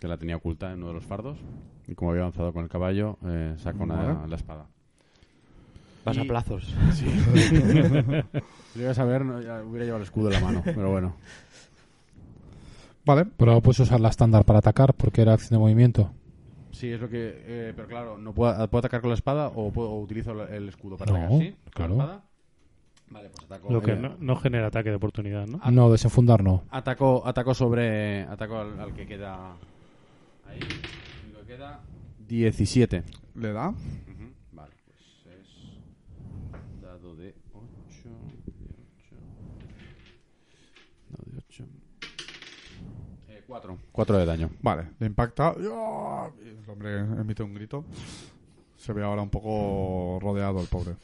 Speaker 6: que la tenía oculta en uno de los fardos. Y como había avanzado con el caballo, eh, saca una-
Speaker 5: Vale.
Speaker 6: la espada.
Speaker 5: Vas a
Speaker 6: Y-
Speaker 5: plazos.
Speaker 6: Sí. Si lo ibas a ver, no, ya hubiera llevado el escudo en la mano, pero bueno.
Speaker 2: Vale.
Speaker 3: Pero ahora puedes usar la estándar para atacar porque era acción de movimiento.
Speaker 6: Sí, es lo que. eh, pero claro, no puedo, ¿puedo atacar con la espada o, puedo- o utilizo la- el escudo para
Speaker 3: No,
Speaker 6: atacar? ¿Sí? ¿Con
Speaker 3: claro.
Speaker 6: la espada? Vale, pues ataco.
Speaker 4: Lo que
Speaker 6: eh,
Speaker 4: no, no genera ataque de oportunidad, ¿no?
Speaker 3: No, desenfundar no.
Speaker 6: Ataco, ataco sobre. Ataco al, al que queda. Ahí. El que queda. 17.
Speaker 2: ¿Le da?
Speaker 6: Ujú, Vale, pues es. Dado de 8. Dado de Eh, 8. 4. 4 de daño.
Speaker 2: Vale, le impacta. ¡Ah! El hombre emite un grito. Se ve ahora un poco rodeado el pobre.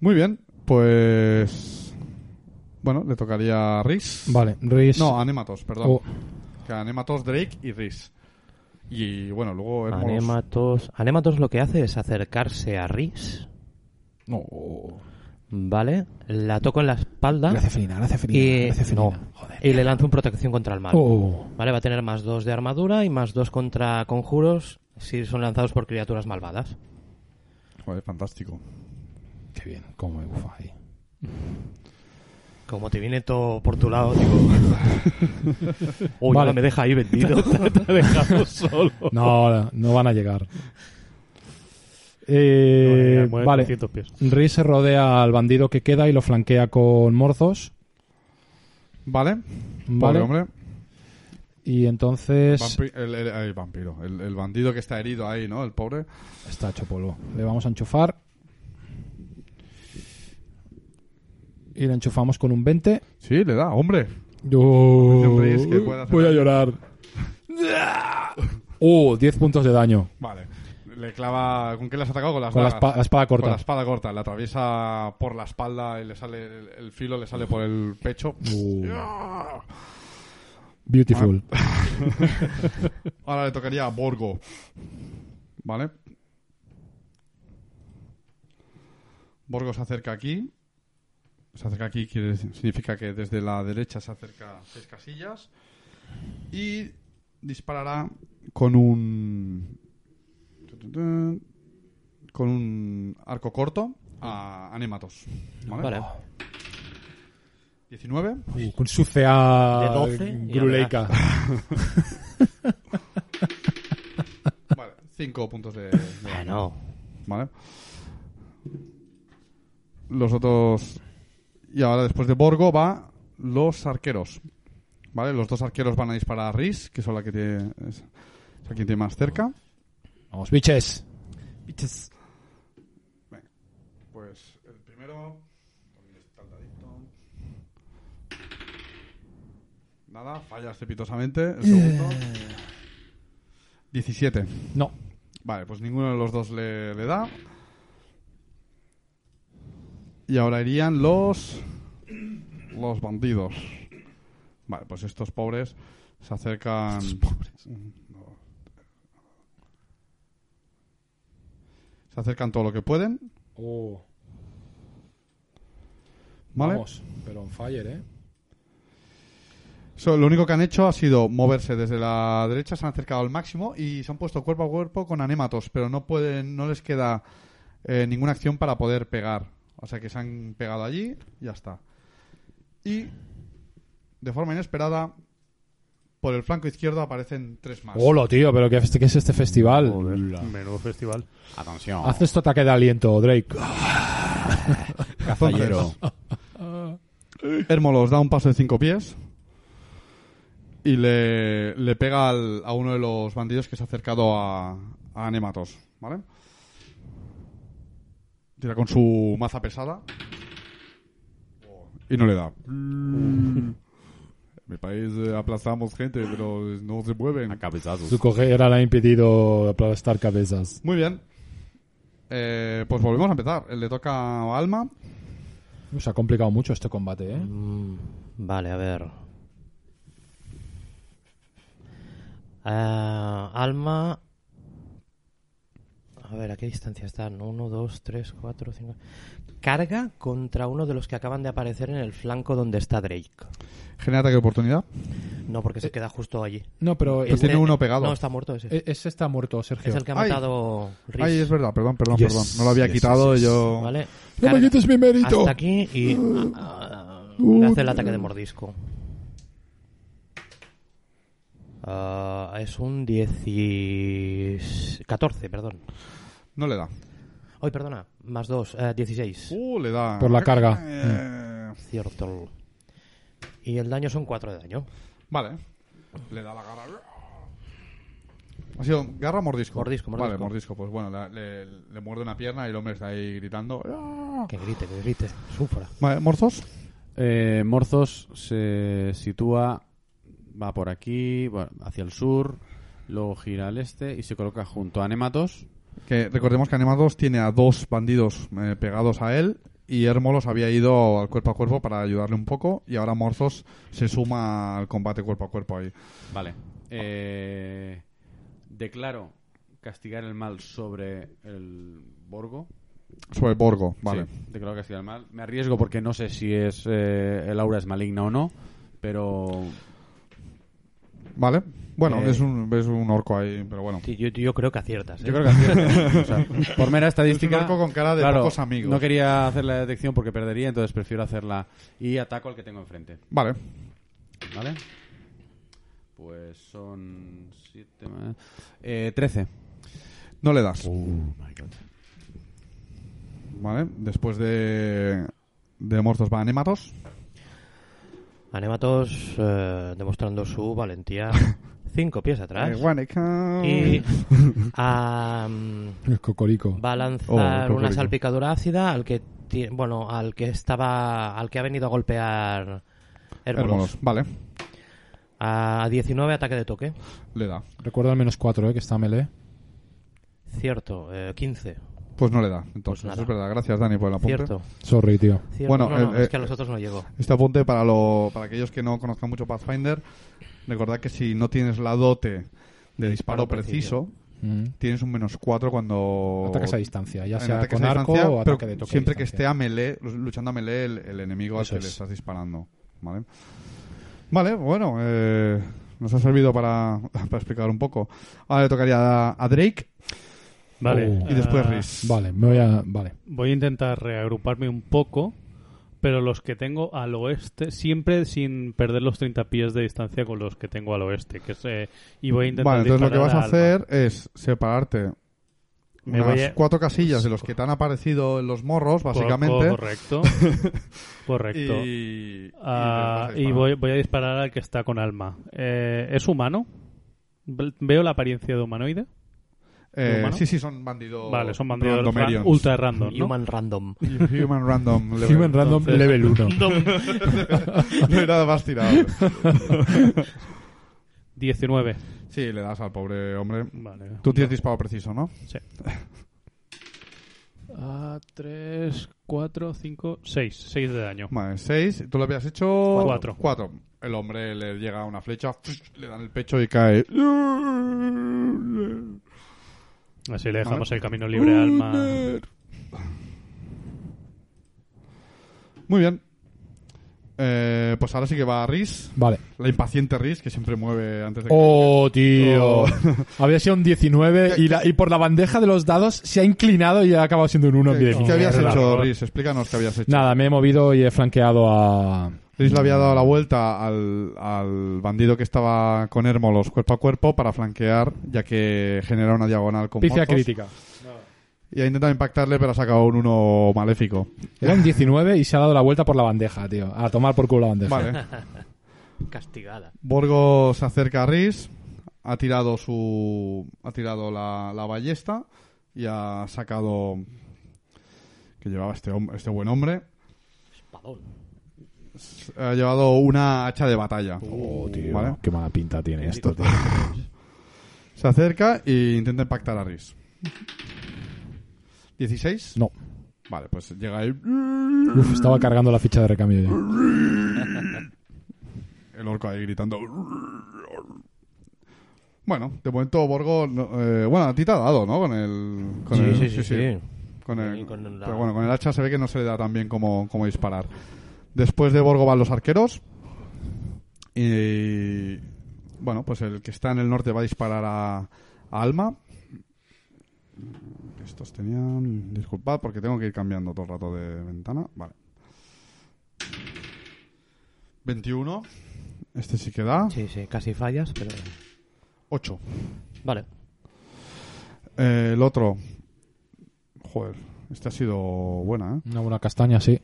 Speaker 2: Muy bien, pues. Bueno, le tocaría a Rhys.
Speaker 3: Vale, Rhys-
Speaker 2: No, a Nematos, perdón.
Speaker 3: Oh.
Speaker 2: Que a Nematos, Drake y Rhys. Y bueno, luego Hermos-
Speaker 5: Anematos. Anematos lo que hace es acercarse a Rhys.
Speaker 3: No.
Speaker 5: Vale, la toco en la espalda.
Speaker 3: Le hace felina, le hace felina,
Speaker 5: Y,
Speaker 3: le hace felina.
Speaker 5: no, y le lanzo un protección contra el mal.
Speaker 3: Oh.
Speaker 5: Vale, va a tener más dos de armadura y más dos contra conjuros si son lanzados por criaturas malvadas.
Speaker 2: Joder, fantástico.
Speaker 3: Qué bien, cómo me bufa ahí.
Speaker 5: Como te viene todo por tu lado, digo.
Speaker 3: Vale.
Speaker 5: Uy, vale. me deja ahí vendido.
Speaker 3: No, no van a llegar.
Speaker 4: No van a
Speaker 3: Eh,
Speaker 4: llegar, mueven
Speaker 3: vale.
Speaker 4: 300 pies.
Speaker 3: Rhys se rodea al bandido que queda y lo flanquea con morzos.
Speaker 2: Vale.
Speaker 3: Vale.
Speaker 2: Pobre hombre.
Speaker 3: Y entonces
Speaker 2: Vampi- el, el- el vampiro. El, el bandido que está herido ahí, ¿no? El pobre.
Speaker 3: está hecho polvo. Le vamos a enchufar. Y le enchufamos con un 20.
Speaker 2: Sí, le da, hombre.
Speaker 3: Yo
Speaker 2: Hombre, es que puede hacer
Speaker 3: voy a llorar. Uh, 10 puntos de daño.
Speaker 2: Vale. Le clava. ¿Con qué le has atacado? Con las
Speaker 3: Con la
Speaker 2: dagas.
Speaker 3: espa- la espada corta.
Speaker 2: Con la espada corta. Le atraviesa por la espalda y le sale. El, el filo le sale por el pecho.
Speaker 3: Uh.
Speaker 2: ¡Ah!
Speaker 3: Beautiful.
Speaker 2: Ahora le tocaría a Borgo. ¿Vale? Borgo se acerca aquí. Se acerca aquí, quiere, decir- significa que desde la derecha se acerca seis casillas. Y disparará con un. Con un arco corto a Anematos. ¿Vale?
Speaker 5: Vale.
Speaker 2: 19.
Speaker 3: Uh, con su CA
Speaker 5: De 12, ya
Speaker 3: gruleica.
Speaker 2: Vale, 5 puntos de. de daño.
Speaker 5: Bueno,
Speaker 2: Vale. Los otros. Y ahora, después de Borgo, va los arqueros. Vale, los dos arqueros van a disparar a Riz, que son la que tiene. Es, es a quien tiene más cerca.
Speaker 3: Vamos, biches.
Speaker 2: Pues el primero. también está al dadito. Nada, falla estrepitosamente. El segundo. 17.
Speaker 3: No.
Speaker 2: Vale, pues ninguno de los dos le, le da. Y ahora irían los. Los bandidos. Vale, pues estos pobres se acercan. No. Se acercan todo lo que pueden.
Speaker 3: Oh,
Speaker 2: ¿Vale?
Speaker 3: Vamos, pero on fire, ¿eh?
Speaker 2: So, lo único que han hecho ha sido moverse desde la derecha, se han acercado al máximo y se han puesto cuerpo a cuerpo con anematos, pero no pueden, no les queda eh, ninguna acción para poder pegar O sea que se han pegado allí y ya está. Y de forma inesperada, por el flanco izquierdo aparecen tres más.
Speaker 3: Hola, tío, pero ¿qué, qué es este festival?
Speaker 4: Menudo festival.
Speaker 8: Atención.
Speaker 3: Haz esto ataque de aliento, Drake.
Speaker 8: Cazallero.
Speaker 2: Hermolos da un paso de cinco pies y le, le pega al- a uno de los bandidos que se ha acercado a, a Anematos, ¿vale? Tira con su maza pesada y no le da. En mi país eh, aplazamos gente, pero no se mueven.
Speaker 8: Cabezazos.
Speaker 3: Su cojera le ha impedido aplastar cabezas.
Speaker 2: Muy bien. Eh, pues volvemos a empezar. Le toca a Alma.
Speaker 3: Se ha complicado mucho este combate, ¿eh?
Speaker 5: Mm, Vale, a ver. Ah, Alma. A ver, ¿a qué distancia están? Uno, dos, tres, cuatro, cinco. Carga contra uno de los que acaban de aparecer en el flanco donde está Drake.
Speaker 2: Genera ataque de oportunidad.
Speaker 5: No, porque se queda justo allí.
Speaker 3: No, pero
Speaker 2: Eh, Pues
Speaker 3: este,
Speaker 2: tiene uno pegado. Eh,
Speaker 5: No, está muerto ese.
Speaker 3: e- ese está muerto, Sergio.
Speaker 5: Es el que ha
Speaker 2: Ay.
Speaker 5: matado Rhys.
Speaker 2: Ay, es verdad, perdón, perdón,
Speaker 3: Yes,
Speaker 2: perdón. No lo había
Speaker 3: yes,
Speaker 2: quitado
Speaker 3: yes, yes.
Speaker 2: yo.
Speaker 5: ¿Vale?
Speaker 3: ¡No me
Speaker 5: Carga
Speaker 3: quites este mi mérito!
Speaker 5: Hasta aquí y ah, le hace el ataque de mordisco. Ah, es un 10 14, perdón.
Speaker 2: No le da.
Speaker 5: Hoy, perdona, más eh, 2, 16.
Speaker 2: Uh, le da.
Speaker 3: Por la carga.
Speaker 2: Eh,
Speaker 5: Cierto. Y el daño son 4 de daño.
Speaker 2: Vale. Le da la garra. Ha sido garra o mordisco.
Speaker 5: Mordisco, mordisco.
Speaker 2: Vale, mordisco. Pues bueno, la- le, le muerde una pierna y el hombre está ahí gritando. ¡Ah!
Speaker 5: Que grite, que grite, sufra.
Speaker 2: Vale, morzos.
Speaker 8: Eh, Morzos se sitúa, va por aquí, va hacia el sur, luego gira al este y se coloca junto a Nematos.
Speaker 2: Que recordemos que Anemados tiene a dos bandidos eh, pegados a él y Hermolos había ido al cuerpo a cuerpo para ayudarle un poco y ahora Morzos se suma al combate cuerpo a cuerpo ahí.
Speaker 8: Vale. Eh, declaro castigar el mal sobre el Borgo.
Speaker 2: Sobre Borgo, vale.
Speaker 8: Sí, declaro castigar el mal. Me arriesgo porque no sé si es eh, el aura es maligna o no, pero
Speaker 2: Vale. Bueno,
Speaker 8: Eh.
Speaker 2: es, un, es un orco ahí, pero bueno.
Speaker 5: Sí, yo, yo creo que aciertas. ¿eh?
Speaker 8: yo creo que acierto. O sea, por mera
Speaker 2: Es
Speaker 8: estadística.
Speaker 2: un orco con cara de pocos amigos.
Speaker 8: No quería hacer la detección porque perdería, entonces prefiero hacerla y ataco al que tengo enfrente.
Speaker 2: Vale.
Speaker 8: ¿Vale? Pues son 7 más. Eh, 13.
Speaker 2: No le
Speaker 5: Oh
Speaker 2: das. Vale. Después de. De Morzos va Anematos.
Speaker 5: Anematos eh, demostrando su valentía. 5 pies atrás.
Speaker 2: I wanna come.
Speaker 5: Y ah, mm,
Speaker 3: El cocorico.
Speaker 5: va a
Speaker 2: Oh, el
Speaker 5: lanzar
Speaker 2: cocorico.
Speaker 5: una salpicadura ácida al que ti- bueno al que estaba al que ha venido a golpear Hermolos
Speaker 2: Hermolos. Vale.
Speaker 5: a 19 ataque de toque
Speaker 2: Le da.
Speaker 3: Recuerda el menos 4, ¿eh? Que está melee.
Speaker 5: cierto eh, 15
Speaker 2: Pues no le da. Entonces,
Speaker 5: nada.
Speaker 2: eso es verdad. Gracias, Dani, por el apunte.
Speaker 5: cierto,
Speaker 3: Sorry, tío.
Speaker 5: cierto.
Speaker 2: Bueno,
Speaker 5: No, no,
Speaker 2: eh,
Speaker 5: es que a
Speaker 2: eh,
Speaker 5: los otros no llegó
Speaker 2: Este apunte para, lo, para aquellos que no conozcan mucho Pathfinder. Recordad que si no tienes la dote de disparo
Speaker 5: disparo preciso.
Speaker 2: preciso,
Speaker 3: Mm.
Speaker 2: tienes un menos 4 cuando.
Speaker 3: Ataques a distancia, ya
Speaker 2: en
Speaker 3: sea
Speaker 2: Oh. ataques
Speaker 3: con
Speaker 2: a
Speaker 3: arco
Speaker 2: distancia,
Speaker 3: o
Speaker 2: pero
Speaker 3: ataque de toque. a
Speaker 2: Siempre que esté
Speaker 3: distancia.
Speaker 2: a melee, luchando a melee el, el enemigo
Speaker 3: Eso
Speaker 2: al que le
Speaker 3: es.
Speaker 2: estás disparando. Vale, vale bueno, eh, nos ha servido para, para explicar un poco. Ahora le tocaría a, a Drake
Speaker 4: Vale.
Speaker 3: Oh.
Speaker 2: y después
Speaker 4: ah,
Speaker 2: Rhys.
Speaker 3: Vale, me voy a... Vale.
Speaker 4: Voy a intentar reagruparme un poco, pero los que tengo al oeste, siempre sin perder los 30 pies de distancia con los que tengo al oeste. Que es, eh, y voy a intentar.
Speaker 2: Vale, entonces lo que vas
Speaker 4: disparar
Speaker 2: a
Speaker 4: al alma.
Speaker 2: hacer es separarte
Speaker 4: Me
Speaker 2: unas
Speaker 4: voy a-
Speaker 2: cuatro casillas de los que te han aparecido en los morros,
Speaker 4: Co- co-
Speaker 2: básicamente.
Speaker 4: Correcto. correcto.
Speaker 2: Y, y te
Speaker 4: Ah,
Speaker 2: vas a
Speaker 4: y
Speaker 2: disparar.
Speaker 4: voy, voy a disparar al que está con alma. Eh, ¿Es humano? Ve- ¿Veo la apariencia de humanoide?
Speaker 2: Eh,
Speaker 4: ¿Humano?
Speaker 2: sí, sí, son bandidos.
Speaker 4: Vale, son bandidos ra-
Speaker 2: randomerians.
Speaker 4: ultra random, ¿no?
Speaker 5: human random
Speaker 2: Human Random. level.
Speaker 3: Human Random
Speaker 4: entonces-
Speaker 3: Level 1.
Speaker 2: no hay nada más tirado.
Speaker 4: 19.
Speaker 2: Sí, le das al pobre hombre.
Speaker 4: Vale.
Speaker 2: Tú tienes disparo preciso, ¿no?
Speaker 4: Ah, 3, 4, 5, 6. 6 de daño.
Speaker 2: Vale, seis. ¿Tú lo habías hecho?
Speaker 4: Cuatro.
Speaker 2: Cuatro. El hombre le llega una flecha, le dan el pecho y cae.
Speaker 4: Así le dejamos el camino libre al alma.
Speaker 2: Muy bien. Eh, pues ahora sí que va Riz.
Speaker 3: Vale.
Speaker 2: La impaciente Riz, que siempre mueve antes de que...
Speaker 7: Oh, tío.
Speaker 2: Oh.
Speaker 7: Había sido un 19 y, la- y por la bandeja de los dados se ha inclinado y ha acabado siendo un 1 en mi
Speaker 2: ¿Qué,
Speaker 7: definición.
Speaker 2: qué habías
Speaker 7: Mierda.
Speaker 2: hecho, Riz? Explícanos qué habías hecho.
Speaker 7: Nada, me he movido y he flanqueado a.
Speaker 2: Riz le había dado la vuelta al, al bandido que estaba con Hermolos cuerpo a cuerpo para flanquear, ya que genera una diagonal con
Speaker 7: Picia
Speaker 2: Morthos.
Speaker 7: crítica.
Speaker 2: Y ha intentado impactarle, pero ha sacado un uno maléfico.
Speaker 7: Era un 19 y se ha dado la vuelta por la bandeja, tío. A tomar por culo la bandeja.
Speaker 2: Vale.
Speaker 5: Castigada.
Speaker 2: Borgo se acerca a Riz, ha tirado su. ha tirado la, la ballesta y ha sacado. que llevaba este, hom- este buen hombre. S- Ha llevado una hacha de batalla.
Speaker 7: Oh, tío.
Speaker 2: ¿Vale?
Speaker 7: Qué mala pinta tiene esto, tío.
Speaker 2: Se acerca e intenta impactar a Riz. 16.
Speaker 7: No.
Speaker 2: Vale, pues llega el,
Speaker 7: Uf, estaba cargando la ficha de recambio ya.
Speaker 2: el orco ahí gritando. Bueno, de momento Borgo. no- eh, bueno, a ti te ha dado, ¿no? Con el. Con
Speaker 5: Sí,
Speaker 2: el-
Speaker 5: sí, sí, sí.
Speaker 2: Con
Speaker 5: Y
Speaker 2: el,
Speaker 5: con la-
Speaker 2: Pero bueno, con el hacha se ve que no se le da tan bien como, como disparar. Después de Borgo van los arqueros. Y. Bueno, pues el que está en el norte va a disparar a, a Alma. Estos tenían. Disculpad porque tengo que ir cambiando todo el rato de ventana. Vale. 21. Este sí que da.
Speaker 5: Sí, sí, casi fallas, pero...
Speaker 2: 8.
Speaker 5: Vale.
Speaker 2: Eh, el otro. Joder, este ha sido buena, ¿eh?
Speaker 7: Una buena castaña, sí.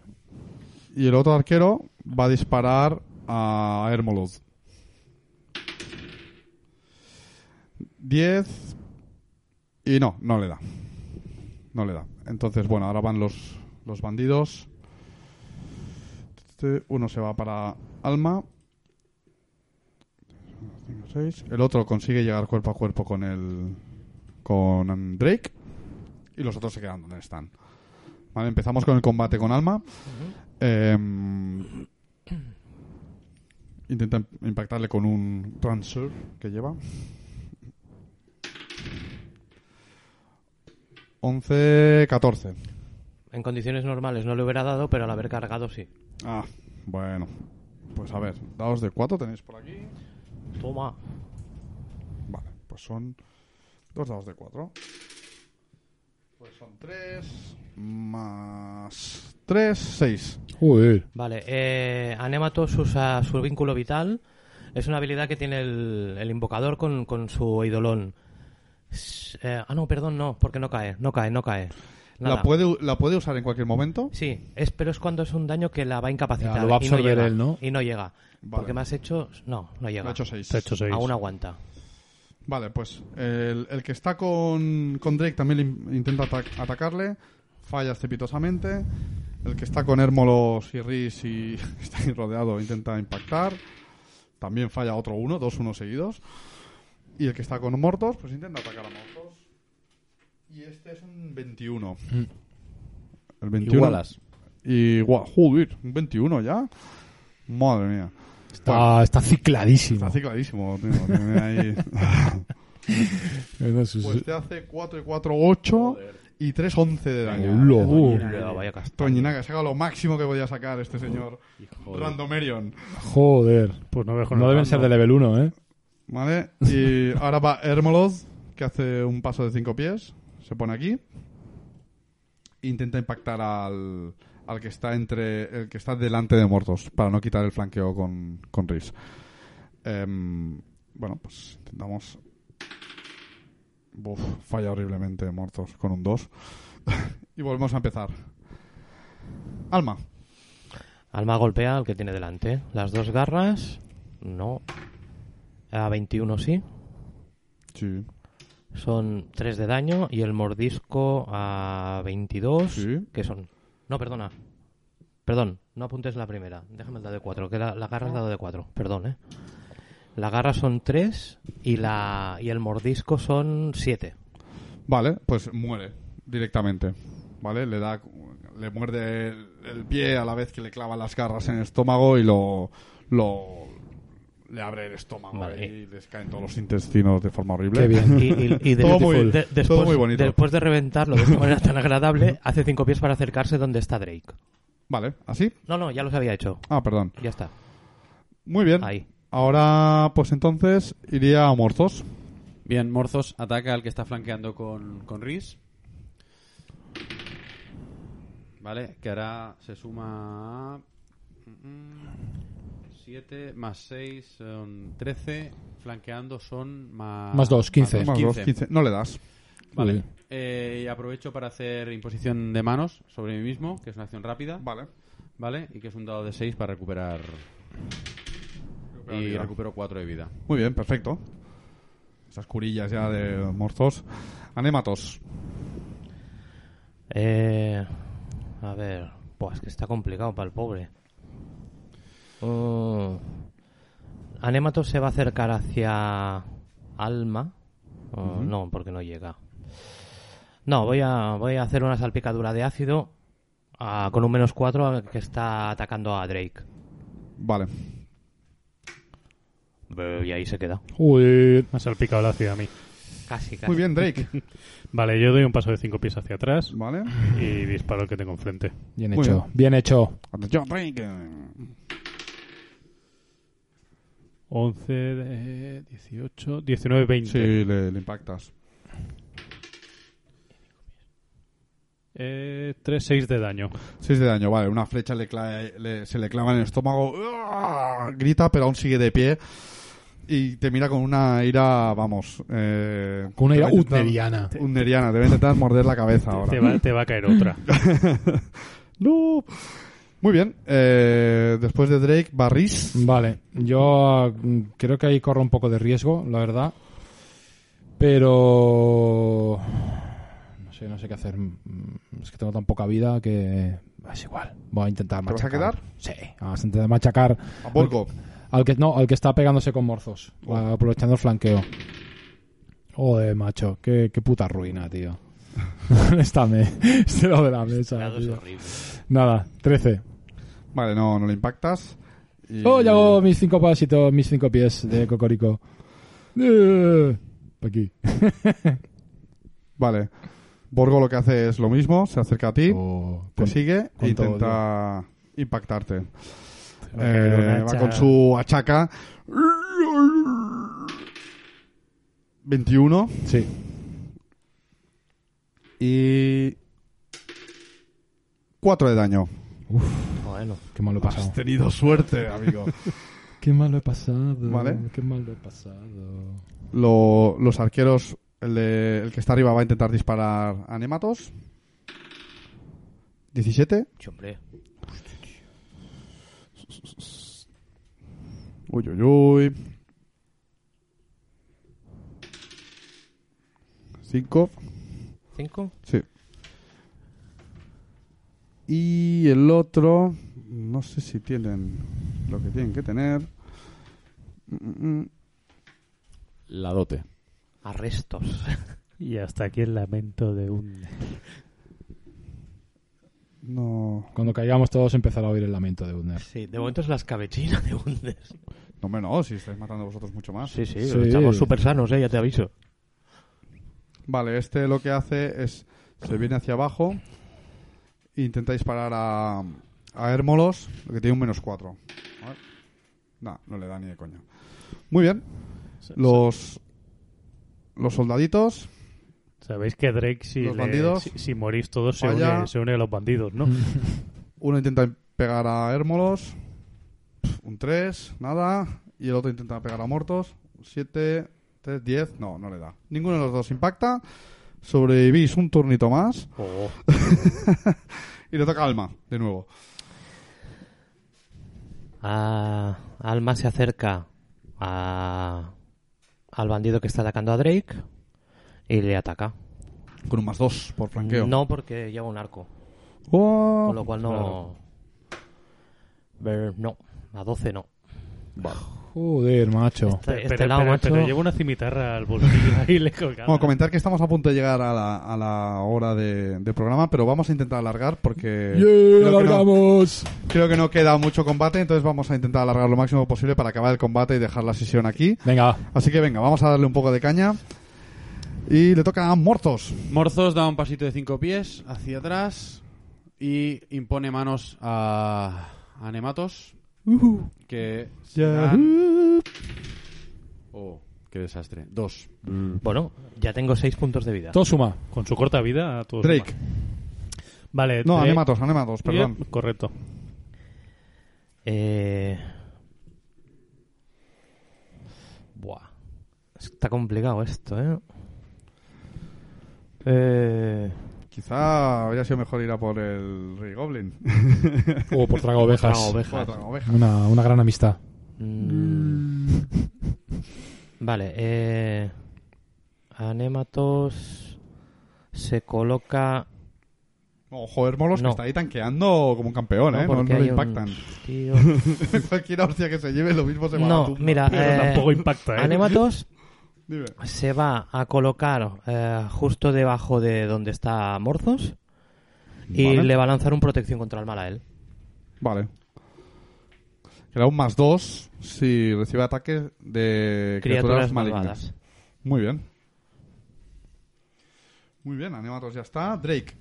Speaker 2: Y el otro arquero va a disparar a Hermolud. 10. Y no, no le da. No le da. Entonces, bueno, ahora van los, los bandidos. Este, Uno se va para Alma. Cinco, seis. El otro consigue llegar cuerpo a cuerpo con el. con um, Drake. Y los otros se quedan donde están. Vale, empezamos con el combate con Alma. Em, intenta im- impactarle con un transfer que lleva. 11, 14.
Speaker 5: En condiciones normales no le hubiera dado, pero al haber cargado sí.
Speaker 2: Ah, bueno. Pues a ver, dados de 4 tenéis por aquí.
Speaker 5: Toma.
Speaker 2: Vale, pues son dos dados de 4. Pues son 3 más 3, 6.
Speaker 7: Joder.
Speaker 5: Vale, eh, Anematos usa su vínculo vital. Es una habilidad que tiene el, el invocador con, con su eidolón. S- eh, ah, no, perdón, no, porque no cae, no cae, no cae. Nada.
Speaker 2: La puede, la puede usar en cualquier momento.
Speaker 5: Sí, es, pero es cuando es un daño que la va a incapacitar.
Speaker 7: Ya, lo va a
Speaker 5: y
Speaker 7: absorber
Speaker 5: llega,
Speaker 7: él, ¿no?
Speaker 5: Y no llega.
Speaker 2: Vale.
Speaker 5: Porque me has hecho... No, no llega.
Speaker 2: Le ha hecho 6.
Speaker 4: Te he hecho seis.
Speaker 5: Aún aguanta.
Speaker 2: Vale, pues el, el que está con, con Drake también le in- intenta atac- atacarle, falla estrepitosamente. El que está con Hermolos y Riz y está ahí rodeado intenta impactar, también falla otro uno, dos unos seguidos. Y el que está con Mortos, pues intenta atacar a Mortos. Y este es un 21. El 21.
Speaker 6: Igualas.
Speaker 2: Y guau, joder, un 21 ya. Madre mía.
Speaker 7: Está, está cicladísimo.
Speaker 2: Está cicladísimo. tío, tiene ahí-
Speaker 7: Eh, sus-
Speaker 2: Pues te hace 4 y 4, 8 y 3, 11 de daño.
Speaker 7: Hola. Uh,
Speaker 5: Vaya, vaya castaña.
Speaker 2: Toñinaga, saca lo máximo que podía sacar este señor. Randomerion.
Speaker 7: Joder.
Speaker 4: Pues no veo con
Speaker 7: No
Speaker 4: el
Speaker 7: deben ser
Speaker 4: random.
Speaker 7: de level 1, ¿eh?
Speaker 2: ¿Vale? Y ahora va Hermoloth, que hace un paso de 5 pies. Se pone aquí. Intenta impactar al, al que está entre el que está delante de Mortos para no quitar el flanqueo con, con Riz. Em, bueno, pues intentamos. Buf, falla horriblemente Mortos con un 2. y volvemos a empezar. Alma.
Speaker 5: Alma golpea al que tiene delante. Las dos garras. No. A 21 sí.
Speaker 2: Sí.
Speaker 5: Son 3 de daño. Y el mordisco a 22.
Speaker 2: Sí.
Speaker 5: Que son. No, perdona. Perdón, no apuntes la primera. Déjame el dado de 4. Que la, la garra es dado de 4. Perdón, eh. La garra son 3. Y, la, y el mordisco son 7.
Speaker 2: Vale, pues muere directamente. ¿Vale? Le da le muerde el, el pie a la vez que le clava las garras en el estómago y lo lo le abre el estómago
Speaker 5: Vale.
Speaker 2: y les caen todos los intestinos de forma horrible.
Speaker 7: Qué bien.
Speaker 5: Y, y- y de-
Speaker 2: Todo muy-
Speaker 5: de-
Speaker 2: todo
Speaker 5: después,
Speaker 2: muy bonito.
Speaker 5: después de reventarlo de esta manera tan agradable, hace 5 pies para acercarse donde está Drake.
Speaker 2: Vale, ¿así?
Speaker 5: No, no, ya los había hecho.
Speaker 2: Ah, perdón.
Speaker 5: Ya está.
Speaker 2: Muy bien.
Speaker 5: Ahí.
Speaker 2: Ahora, pues entonces, iría a Morzos.
Speaker 6: Bien, Morzos ataca al que está flanqueando con, con Riz. Vale, que ahora se suma 7 más 6, 13. Flanqueando son más...
Speaker 11: Más dos, 15.
Speaker 6: dos,
Speaker 2: Más dos,
Speaker 6: 15.
Speaker 2: 15. No le das.
Speaker 6: Vale.
Speaker 11: Uy.
Speaker 6: Eh, y aprovecho para hacer imposición de manos sobre mí mismo, que es una acción rápida.
Speaker 2: Vale.
Speaker 6: Vale, y que es un dado de 6 para recuperar. Y recupero 4 de vida.
Speaker 2: Muy bien, perfecto. Esas curillas ya de Morzos. Anematos.
Speaker 5: Eh, a ver, pues que está complicado para el pobre. Mm. Anemato se va a acercar hacia Alma. O No, porque no llega. No, voy a, voy a hacer una salpicadura de ácido ah, con un menos 4 que está atacando a Drake.
Speaker 2: Vale.
Speaker 5: Beh, Y ahí se queda.
Speaker 11: Uy.
Speaker 4: Me ha salpicado la ciudad a mí.
Speaker 5: Casi, casi.
Speaker 2: Muy bien, Drake.
Speaker 4: Vale, yo doy un paso de cinco pies hacia atrás
Speaker 2: Vale.
Speaker 4: y disparo al que tengo enfrente.
Speaker 11: Bien
Speaker 2: Muy
Speaker 11: hecho.
Speaker 2: bien.
Speaker 11: Bien. hecho.
Speaker 2: Atención, Drake.
Speaker 4: 11, eh, 18, 19, 20.
Speaker 2: Sí, le, le impactas.
Speaker 4: 3, 6 Eh, de daño.
Speaker 2: 6 de daño, vale. Una flecha le clava- le- se le clava en el estómago. ¡Uah! Grita, pero aún sigue de pie. Y te mira con una ira, vamos. eh,
Speaker 3: Con una
Speaker 2: te
Speaker 3: ira
Speaker 2: va a intentar-
Speaker 3: utleriana.
Speaker 2: Utleriana, te voy a intentar morder la cabeza
Speaker 4: Te-
Speaker 2: ahora.
Speaker 4: Te va, te va a caer otra.
Speaker 2: No. Muy bien. eh, después de Drake, Barris.
Speaker 3: Vale, yo mm, creo que ahí corro un poco de riesgo, la verdad. Pero... No sé, no sé qué hacer. Mm, Es que tengo tan poca vida que... Es igual. Voy a intentar
Speaker 2: ¿Te vas a
Speaker 3: machacar.
Speaker 2: quedar?
Speaker 3: Sí, vamos a intentar machacar
Speaker 2: A Volko.
Speaker 3: al que, no, al que está pegándose con morzos,
Speaker 2: Oh.
Speaker 3: aprovechando el flanqueo. Joder, macho, qué, qué puta ruina, tío. Honestame, este lo de la mesa.
Speaker 5: Dado es
Speaker 3: tío.
Speaker 5: horrible.
Speaker 3: Nada, 13.
Speaker 2: Vale, no, no le impactas. Y-
Speaker 3: Oh, ya hago mis cinco pasitos, mis cinco pies de Cocorico. Eh, pa' aquí.
Speaker 2: Vale. Borgo lo que hace es lo mismo, se acerca a ti,
Speaker 3: Oh,
Speaker 2: te
Speaker 3: con-
Speaker 2: sigue e
Speaker 3: cuánto
Speaker 2: intenta impactarte.
Speaker 4: Va a caer
Speaker 2: Eh, va
Speaker 4: una hacha.
Speaker 2: con su achaca. 21
Speaker 3: Sí,
Speaker 2: y 4 de daño.
Speaker 5: Bueno,
Speaker 3: qué mal lo he pasado.
Speaker 2: tenido suerte, amigo.
Speaker 3: Qué mal lo he pasado.
Speaker 2: Vale.
Speaker 3: Qué mal lo he pasado.
Speaker 2: Lo- los arqueros, el, de- el que está arriba va a intentar disparar a Nematos. 17.
Speaker 5: che, hombre.
Speaker 2: Uy, uy, uy. 5.
Speaker 5: ¿Cinco?
Speaker 2: Sí. Y el otro, no sé si tienen lo que tienen que tener. Mm, mm,
Speaker 6: La dote.
Speaker 5: Arrestos.
Speaker 4: Y hasta aquí el lamento de un...
Speaker 2: No,
Speaker 3: Cuando caigamos todos empezará a oír el lamento de Udner.
Speaker 5: Sí, de momento es la escabechina de Bundes.
Speaker 2: no, hombre, no, si estáis matando vosotros mucho más.
Speaker 5: Sí, sí,
Speaker 3: Sí.
Speaker 5: estamos estamos súper sanos, eh, ya te aviso.
Speaker 2: Vale, este lo que hace es se viene hacia abajo e intenta disparar a, a Hermolos, lo que tiene un menos 4. No, no le da ni de coña. Muy bien. Los los soldaditos,
Speaker 4: Sabéis que Drake, si,
Speaker 2: Los
Speaker 4: le-
Speaker 2: bandidos.
Speaker 4: si, si morís todos, se
Speaker 2: Falla.
Speaker 4: une, se une a los bandidos, ¿no?
Speaker 2: uno intenta pegar a Hermolos, pf, un 3, nada, y el otro intenta pegar a Mortos, 7, 3, 10, no, no le da. Ninguno de los dos impacta. Sobrevivís un turnito más
Speaker 4: Oh,
Speaker 2: y le toca a Alma de nuevo.
Speaker 5: Ah, Alma se acerca a- al bandido que está atacando a Drake y le ataca.
Speaker 2: Con un más 2 por flanqueo.
Speaker 5: No, porque lleva un arco.
Speaker 2: Oh.
Speaker 5: Con lo cual no. Ver, no. A 12 no.
Speaker 3: Joder, macho.
Speaker 5: Este, este
Speaker 4: pero,
Speaker 5: lado,
Speaker 4: pero-
Speaker 5: macho.
Speaker 4: pero llevo una cimitarra al bolsillo ahí le he colgado.
Speaker 2: Bueno, comentar que estamos a punto de llegar a la, a la hora de, de programa, pero vamos a intentar alargar porque
Speaker 3: ¡Yeah!
Speaker 2: Eh, creo, que no,
Speaker 3: ¡Alargamos!
Speaker 2: creo que no queda mucho combate, entonces vamos a intentar alargar lo máximo posible para acabar el combate y dejar la sesión aquí.
Speaker 3: Venga,
Speaker 2: Así que venga, vamos a darle un poco de caña. Y le toca a Mortos.
Speaker 6: Morzos da un pasito de 5 pies hacia atrás. y impone manos a, a Nematos
Speaker 12: Ujú.
Speaker 6: que Oh, Mm. qué desastre. Dos.
Speaker 5: Bueno, ya tengo seis puntos de vida.
Speaker 11: Todo suma.
Speaker 4: Con su corta vida, todo
Speaker 2: Drake.
Speaker 4: suma. Vale,
Speaker 2: No,
Speaker 5: Este-
Speaker 4: Drake-
Speaker 2: Anematos, Anematos, perdón.
Speaker 4: Yep, correcto.
Speaker 5: Eh... Buah. Está complicado esto, ¿eh? Eh...
Speaker 2: Quizá habría sido mejor ir a por el Rey Goblin.
Speaker 11: O por traga ovejas.
Speaker 5: traga ovejas.
Speaker 2: Otra oveja.
Speaker 3: Una, una gran amistad.
Speaker 5: Mm. Vale, eh... Anematos se coloca...
Speaker 2: Ojo, Hermolos que
Speaker 5: No.
Speaker 2: está ahí tanqueando como un campeón, ¿eh? No,
Speaker 5: porque
Speaker 2: no le
Speaker 5: hay un
Speaker 2: impactan.
Speaker 5: tío.
Speaker 2: Cualquiera hostia que se lleve, lo mismo se va a la
Speaker 5: No,
Speaker 2: tumba.
Speaker 5: mira, eh,
Speaker 4: tampoco impacta, ¿eh?
Speaker 5: Anematos
Speaker 2: Dime.
Speaker 5: se va a colocar eh, justo debajo de donde está Morzos y
Speaker 2: Vale.
Speaker 5: le va a lanzar un protección contra el mal a él.
Speaker 2: Vale. Era un más dos si recibe ataques de criaturas,
Speaker 5: Criaturas
Speaker 2: malignas.
Speaker 5: malvadas.
Speaker 2: Muy bien. Muy bien, Anematos ya está. Drake.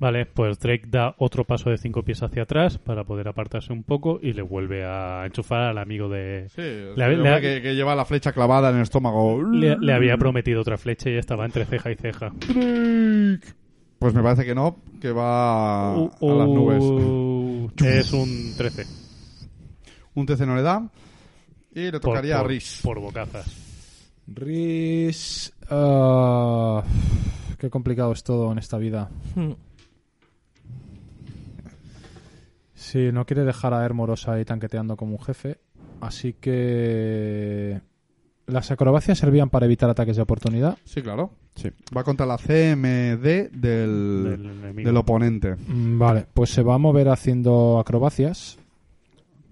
Speaker 4: Vale, pues Drake da otro paso de cinco pies hacia atrás para poder apartarse un poco y le vuelve a enchufar al amigo de...
Speaker 2: Sí, es
Speaker 4: Le-
Speaker 2: el
Speaker 4: le-
Speaker 2: hombre que, que lleva la flecha clavada en el estómago.
Speaker 4: Le, le había prometido otra flecha y estaba entre ceja y ceja.
Speaker 2: Pues me parece que no, que va
Speaker 4: Uh,
Speaker 2: a las nubes.
Speaker 4: uh, Es un 13.
Speaker 2: Un TC no le da. Y le
Speaker 4: Por-
Speaker 2: tocaría
Speaker 4: por-
Speaker 2: a Riz.
Speaker 4: Por bocazas.
Speaker 3: Riz. ah, qué complicado es todo en esta vida.
Speaker 5: Hmm.
Speaker 3: Sí, no quiere dejar a Hermoros ahí tanqueteando como un jefe. Así que. Las acrobacias servían para evitar ataques de oportunidad.
Speaker 2: Sí, claro. Va contra la CMD del,
Speaker 4: Del enemigo.
Speaker 2: del oponente.
Speaker 3: Mm, Vale, pues se va a mover haciendo acrobacias.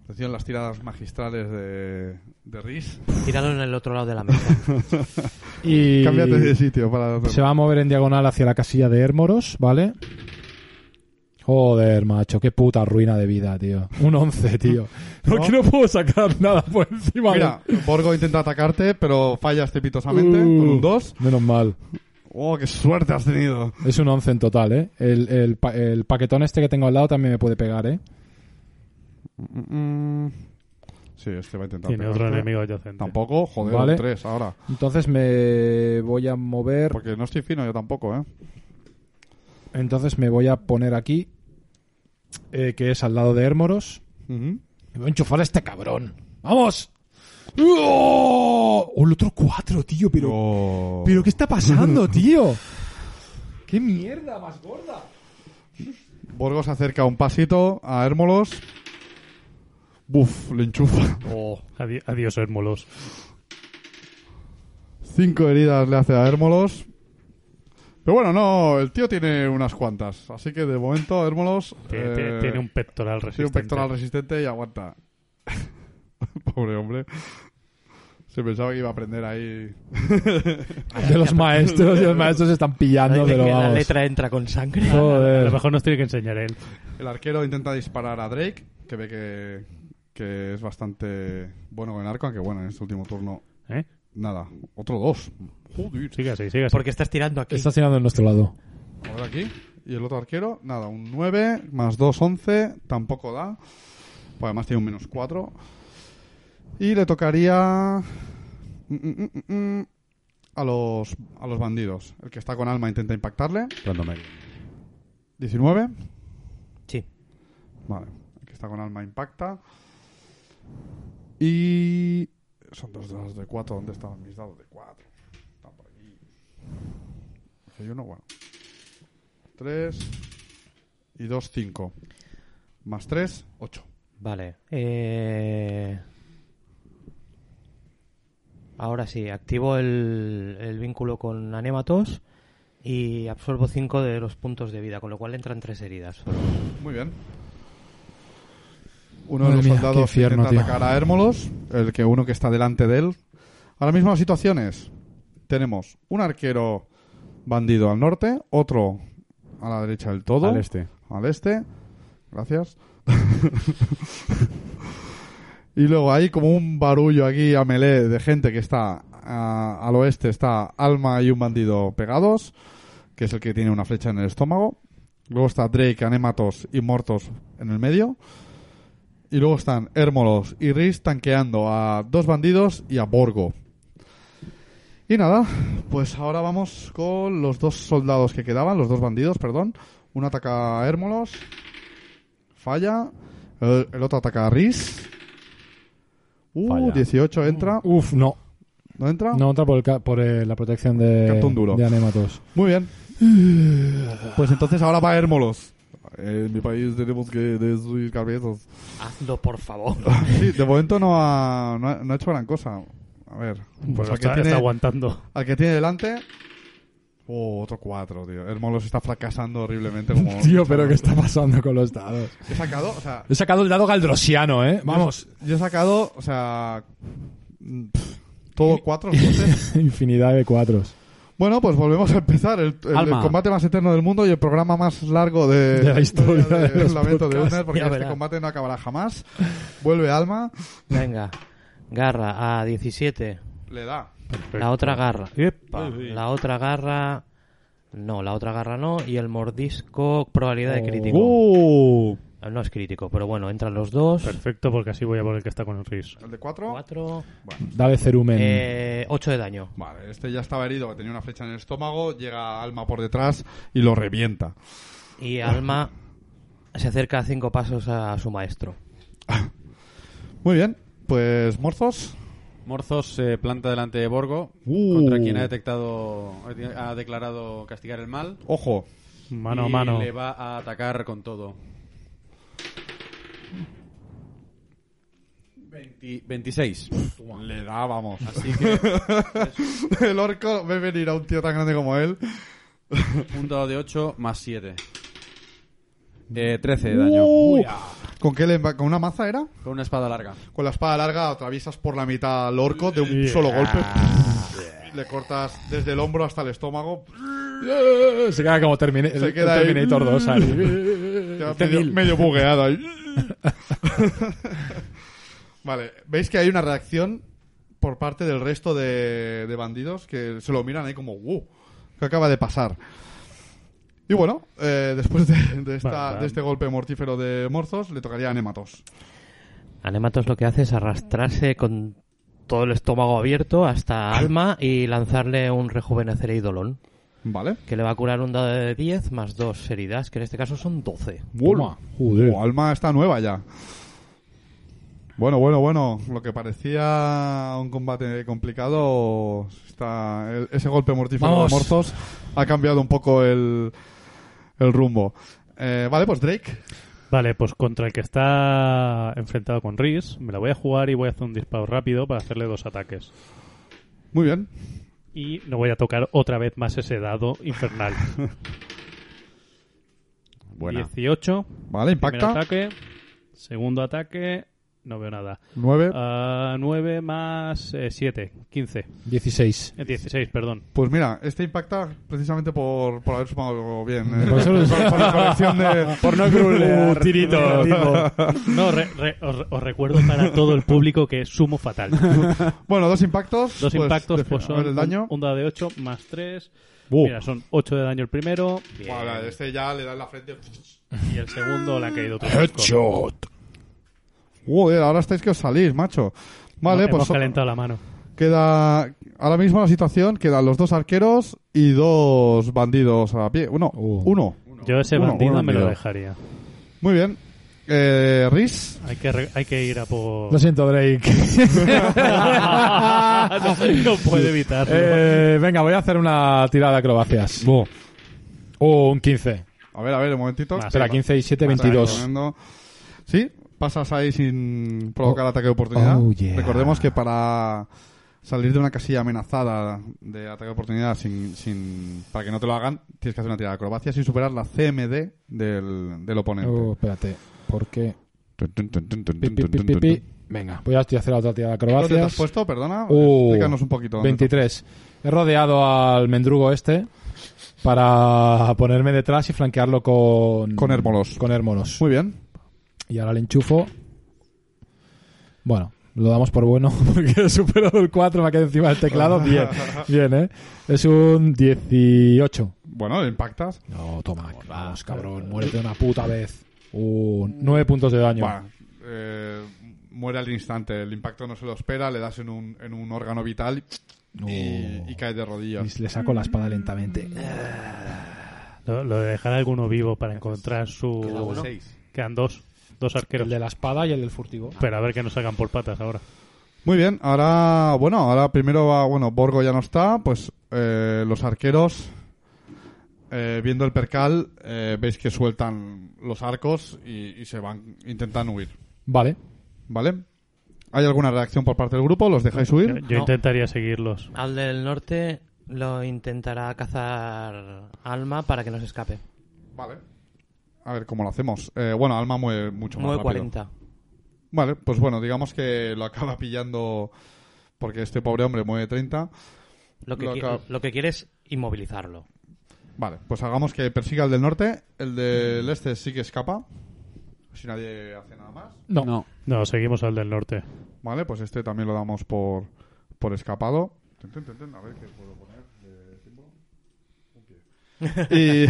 Speaker 2: Atención las tiradas magistrales de, de Riz.
Speaker 5: Tíralo en el otro lado de la mesa.
Speaker 3: Y
Speaker 2: Cámbiate de sitio para...
Speaker 3: se va a mover en diagonal hacia la casilla de Hermoros, ¿vale? Joder, macho, qué puta ruina de vida, tío. Un 11, tío. Porque no puedo sacar nada por encima. de-
Speaker 2: Mira, Borgo intenta atacarte, pero fallas estrepitosamente
Speaker 4: Uh.
Speaker 2: con un 2.
Speaker 3: Menos mal.
Speaker 2: ¡Oh, qué suerte has tenido!
Speaker 3: Es un 11 en total, ¿eh? El, el, pa- el paquetón este que tengo al lado también me puede pegar, ¿eh?
Speaker 2: Sí, este va a intentar
Speaker 4: Tiene otro
Speaker 2: pegarte.
Speaker 4: enemigo adyacente.
Speaker 2: Tampoco, joder,
Speaker 3: Vale.
Speaker 2: un 3 ahora.
Speaker 3: Entonces me voy a mover.
Speaker 2: Porque no estoy fino yo tampoco, ¿eh?
Speaker 3: Entonces me voy a poner aquí, eh, que es al lado de Hermoros. Y voy a enchufar a este cabrón. ¡Vamos! ¡Oh! ¡Oh, El otro 4, tío, pero.
Speaker 2: Oh.
Speaker 3: ¿Pero qué está pasando, tío? ¡Qué mierda más gorda!
Speaker 2: Borgo se acerca un pasito a Hermolos. Buf, le enchufa.
Speaker 4: Adi- adiós, Hermolos.
Speaker 2: Cinco heridas le hace a Hermolos. Pero bueno, no, el tío tiene unas cuantas. Así que de momento, Hermolos.
Speaker 4: Tiene,
Speaker 2: eh,
Speaker 4: tiene- tiene un pectoral resistente.
Speaker 2: tiene un pectoral resistente y aguanta. Pobre hombre. Se pensaba que iba a aprender ahí.
Speaker 3: De los maestros, y los maestros se están pillando,
Speaker 5: Parece
Speaker 3: pero
Speaker 5: que la
Speaker 3: vamos.
Speaker 5: letra entra con sangre.
Speaker 4: A lo
Speaker 3: Joder.
Speaker 4: mejor nos tiene que enseñar él.
Speaker 2: El arquero intenta disparar a Drake, que ve que, que es bastante bueno con el arco, aunque bueno, en este último turno.
Speaker 4: ¿Eh?
Speaker 2: Nada, otro dos. Joder.
Speaker 4: Sigue así, sigue así.
Speaker 5: Porque estás tirando aquí.
Speaker 3: Está tirando en nuestro lado.
Speaker 2: A ver aquí. Y el otro arquero, nada, un 9 más 2, 11. Tampoco da. Pues además tiene un menos 4. Y le tocaría. mm, mm, mm, mm, mm, A los, a los bandidos. El que está con alma intenta impactarle.
Speaker 6: Cuando me...
Speaker 2: 19.
Speaker 5: Sí.
Speaker 2: Vale. El que está con alma impacta. Y. Son dos dados de 4. ¿Dónde estaban mis dados de 4? Están por aquí. Hay uno, bueno. 3 y 2, 5. Más 3, 8.
Speaker 5: Vale. Eh... Ahora sí, activo el, el vínculo con Anematos y absorbo 5 de los puntos de vida, con lo cual entran 3 heridas.
Speaker 2: Muy bien. Uno de
Speaker 3: Madre
Speaker 2: los
Speaker 3: mía, qué
Speaker 2: soldados
Speaker 3: infierno,
Speaker 2: intenta
Speaker 3: tío.
Speaker 2: atacar a Hermolos, el que uno que está delante de él. Ahora mismo las situaciones. Tenemos un arquero bandido al norte, otro a la derecha del todo.
Speaker 6: Al este.
Speaker 2: al este. Gracias. y luego hay como un barullo aquí a melee de gente que está ah, al oeste, está Alma y un bandido pegados, que es el que tiene una flecha en el estómago. Luego está Drake, Anematos y Mortos en el medio. Y luego están Hermolos y Riz tanqueando a dos bandidos y a Borgo. Y nada, pues ahora vamos con los dos soldados que quedaban, los dos bandidos, perdón. Uno ataca a Hermolos, falla. El, el otro ataca a Riz. Uh,
Speaker 8: Falla.
Speaker 2: 18 entra.
Speaker 7: Uf, no.
Speaker 2: ¿No entra?
Speaker 7: No entra por, el ca- por eh, la protección de,
Speaker 2: Cartón duro.
Speaker 7: de Anematos.
Speaker 2: Muy bien.
Speaker 7: Mm.
Speaker 2: Pues entonces ahora va Hermolos. Eh, En mi país tenemos que destruir cabezas.
Speaker 5: Hazlo, por favor.
Speaker 2: Sí, de momento no ha, no ha, no ha hecho gran cosa. A ver. Pues
Speaker 4: Pues
Speaker 2: al, que
Speaker 4: está, está
Speaker 2: tiene,
Speaker 4: aguantando.
Speaker 2: al que tiene delante. Oh, otro 4, tío. Hermolos está fracasando horriblemente. Como
Speaker 7: Tío, pero ¿qué está pasando con los dados?
Speaker 2: He sacado, o sea.
Speaker 7: He sacado el dado galdrosiano, ¿eh? Vamos.
Speaker 2: Yo, he sacado, o sea. mm, pff, Todo 4 entonces.
Speaker 7: Infinidad de cuatros.
Speaker 2: Bueno, pues volvemos a empezar. El, el- el
Speaker 6: Alma.
Speaker 2: combate más eterno del mundo y el programa más largo de,
Speaker 7: De la historia
Speaker 2: de-
Speaker 7: de los
Speaker 2: Lamento de
Speaker 7: podcasts.
Speaker 2: Uner, porque
Speaker 5: Ya
Speaker 2: este
Speaker 5: verás.
Speaker 2: combate no acabará jamás. Vuelve Alma,
Speaker 5: Venga. Garra a 17.
Speaker 2: le da.
Speaker 5: La otra garra. Epa,
Speaker 4: Uy, uy.
Speaker 5: La otra garra. No, la otra garra no. Y el mordisco, probabilidad de crítico.
Speaker 7: Uh,
Speaker 5: Ah, No es crítico, pero bueno, entran los dos.
Speaker 4: Oh. Perfecto, porque así voy a por el que está con el Riz.
Speaker 2: El de 4.
Speaker 5: Cuatro.
Speaker 7: Dale cerumen.
Speaker 5: Eh, ocho de daño.
Speaker 2: Vale, este ya estaba herido, tenía una flecha en el estómago, llega Alma por detrás y lo revienta.
Speaker 5: Y Alma se acerca a cinco pasos a su maestro.
Speaker 2: Muy bien, pues Morzos.
Speaker 6: Morzos se planta delante de Borgo,
Speaker 2: Uh.
Speaker 6: contra quien ha detectado, ha declarado castigar el mal.
Speaker 2: Ojo,
Speaker 4: Mano a
Speaker 6: y
Speaker 4: mano.
Speaker 6: le va a atacar con todo. 20 26.
Speaker 2: le da, vamos.
Speaker 6: Así que
Speaker 2: El orco ve venir a un tío tan grande como él.
Speaker 6: un dado de 8 más 7. Eh, 13 de daño.
Speaker 2: Uh. ¿Con qué le enva- ¿Con una maza era?
Speaker 6: Con una espada larga.
Speaker 2: Con la espada larga atraviesas por la mitad al orco de un solo golpe.
Speaker 7: Ah,
Speaker 2: Le cortas desde el hombro hasta el estómago.
Speaker 7: Eh, Se queda como Termina- el-
Speaker 2: Se queda
Speaker 7: el
Speaker 2: ahí.
Speaker 7: Terminator 2. ahí. Este
Speaker 2: Ya medio, medio bugueado ahí. vale, veis que hay una reacción por parte del resto de, de bandidos que se lo miran ahí como, wow, ¿qué acaba de pasar? Y bueno, eh, después de, de esta-
Speaker 4: Vale, vale.
Speaker 2: de este golpe mortífero de Morzos, le tocaría a Nematos.
Speaker 5: Anematos lo que hace es arrastrarse con todo el estómago abierto hasta Alma y lanzarle un rejuvenecer y dolón,
Speaker 2: ¿Vale?
Speaker 5: que le va a curar un dado de 10 más dos heridas, que en este caso son 12.
Speaker 2: Toma.
Speaker 7: Joder.
Speaker 2: Oh, Alma está nueva ya. Bueno, bueno, bueno. Lo que parecía un combate complicado, está el- ese golpe mortífero
Speaker 7: Vamos.
Speaker 2: de Morzos ha cambiado un poco el, el rumbo. Eh, vale, pues Drake.
Speaker 4: Vale, pues contra el que está enfrentado con Riz, me la voy a jugar y voy a hacer un disparo rápido para hacerle dos ataques.
Speaker 2: Muy bien.
Speaker 4: Y no voy a tocar otra vez más ese dado infernal.
Speaker 8: Buena.
Speaker 4: 18.
Speaker 2: Vale,
Speaker 4: Primer
Speaker 2: impacta.
Speaker 4: ataque. Segundo ataque. No veo nada.
Speaker 2: 9.
Speaker 4: Ah. 9 más 7. 15.
Speaker 7: 16.
Speaker 4: Eh, 16, perdón.
Speaker 2: Pues mira, este impacta precisamente por, por haber sumado bien. eh,
Speaker 7: Por eso lo-
Speaker 2: por- por la colección de-
Speaker 7: Por no crulear. tirito.
Speaker 4: No, re- re- os, os recuerdo para todo el público que sumo fatal.
Speaker 2: Bueno, dos impactos.
Speaker 4: Dos
Speaker 2: pues,
Speaker 4: impactos,
Speaker 2: defi-
Speaker 4: pues
Speaker 2: a ver
Speaker 4: son
Speaker 2: el
Speaker 4: un-
Speaker 2: daño.
Speaker 4: Un, dado de 8 más 3. Mira, son 8 de daño el primero
Speaker 2: Vale, este ya le da en la frente.
Speaker 4: y el segundo le ha caído otro. disco.
Speaker 7: Headshot.
Speaker 2: Joder, ahora estáis que os salís, macho. Vale,
Speaker 4: Hemos
Speaker 2: pues
Speaker 4: calentado la mano.
Speaker 2: queda ahora mismo la situación, quedan los dos arqueros y dos bandidos a pie. Uno,
Speaker 7: Uh.
Speaker 2: uno.
Speaker 4: Yo ese
Speaker 2: Uno,
Speaker 4: bandido
Speaker 2: uno
Speaker 4: me lo
Speaker 2: bandido.
Speaker 4: dejaría.
Speaker 2: Muy bien. Eh, Riz,
Speaker 4: Hay que, re- hay que ir a por...
Speaker 7: Lo siento, Drake.
Speaker 4: no, puede evitarlo.
Speaker 7: Eh, venga, voy a hacer una tirada de acrobacias. Oh, un 15.
Speaker 2: a ver, a ver, un momentito.
Speaker 4: Más,
Speaker 7: Espera,
Speaker 4: sí,
Speaker 7: 15 y 7,
Speaker 2: Está
Speaker 7: 22.
Speaker 2: tremendo. Sí, pasas ahí sin provocar ataque de oportunidad.
Speaker 7: oh, yeah.
Speaker 2: Recordemos que para salir de una casilla amenazada de ataque de oportunidad sin, sin para que no te lo hagan, tienes que hacer una tirada de acrobacias y superar la CMD del, del oponente.
Speaker 7: Oh, espérate. ¿Por qué? Pi, pi, pi, pi, pi. Venga, voy a hacer la otra tirada de
Speaker 2: ¿Dónde te has
Speaker 3: Pues,
Speaker 7: acrobacias.
Speaker 2: puesto? Perdona.
Speaker 7: Oh.
Speaker 2: Explícanos un poquito. dónde te
Speaker 7: 23. He rodeado al mendrugo este para ponerme detrás y flanquearlo con...
Speaker 2: Con Hermolos.
Speaker 7: Con Hermolos.
Speaker 2: Muy bien.
Speaker 7: Y ahora le enchufo. Bueno,
Speaker 3: Lo damos por bueno porque he superado el 4, me ha quedado encima del teclado. Bien, bien, ¿eh? Es un 18.
Speaker 2: Bueno, impactas.
Speaker 3: No, toma, vamos, cabrón, muérete una puta vez. Uh, 9 puntos de daño.
Speaker 2: Buah, eh, muere al instante. El impacto no se lo espera, le das en un, en un órgano vital y,
Speaker 3: Oh.
Speaker 2: y cae de rodillas.
Speaker 3: Y le saco la espada lentamente.
Speaker 4: Lo, lo de dejar alguno vivo para encontrar su. Quedan dos. Dos arqueros.
Speaker 3: El de la espada y el del furtivo.
Speaker 4: Pero a ver que nos sacan por patas ahora.
Speaker 2: Muy bien, ahora, bueno, ahora primero va, bueno, Borgo ya no está, pues eh, los arqueros, eh, viendo el percal, eh, veis que sueltan los arcos y, y se van, intentan huir,
Speaker 3: Vale.
Speaker 2: ¿vale? ¿Hay alguna reacción por parte del grupo? ¿Los dejáis huir?
Speaker 4: Yo, yo
Speaker 5: No.
Speaker 4: intentaría seguirlos.
Speaker 5: Al del norte lo intentará cazar Alma para que no se escape.
Speaker 2: Vale. A ver cómo lo hacemos. Eh, bueno, Alma mueve mucho más
Speaker 5: Mueve
Speaker 2: rápido.
Speaker 5: 40.
Speaker 2: Vale, pues bueno, digamos que lo acaba pillando porque este pobre hombre mueve 30.
Speaker 5: Lo que,
Speaker 2: Lo
Speaker 5: qui-
Speaker 2: acaba-
Speaker 5: lo que quiere es inmovilizarlo.
Speaker 2: Vale, pues hagamos que persiga el del norte. El del este sí que escapa. Si nadie hace nada más.
Speaker 3: No.
Speaker 4: No, seguimos al del norte.
Speaker 2: Vale, pues este también lo damos por, por escapado. Tun, tun, tun, tun. A ver qué puedo poner de símbolo. Un pie.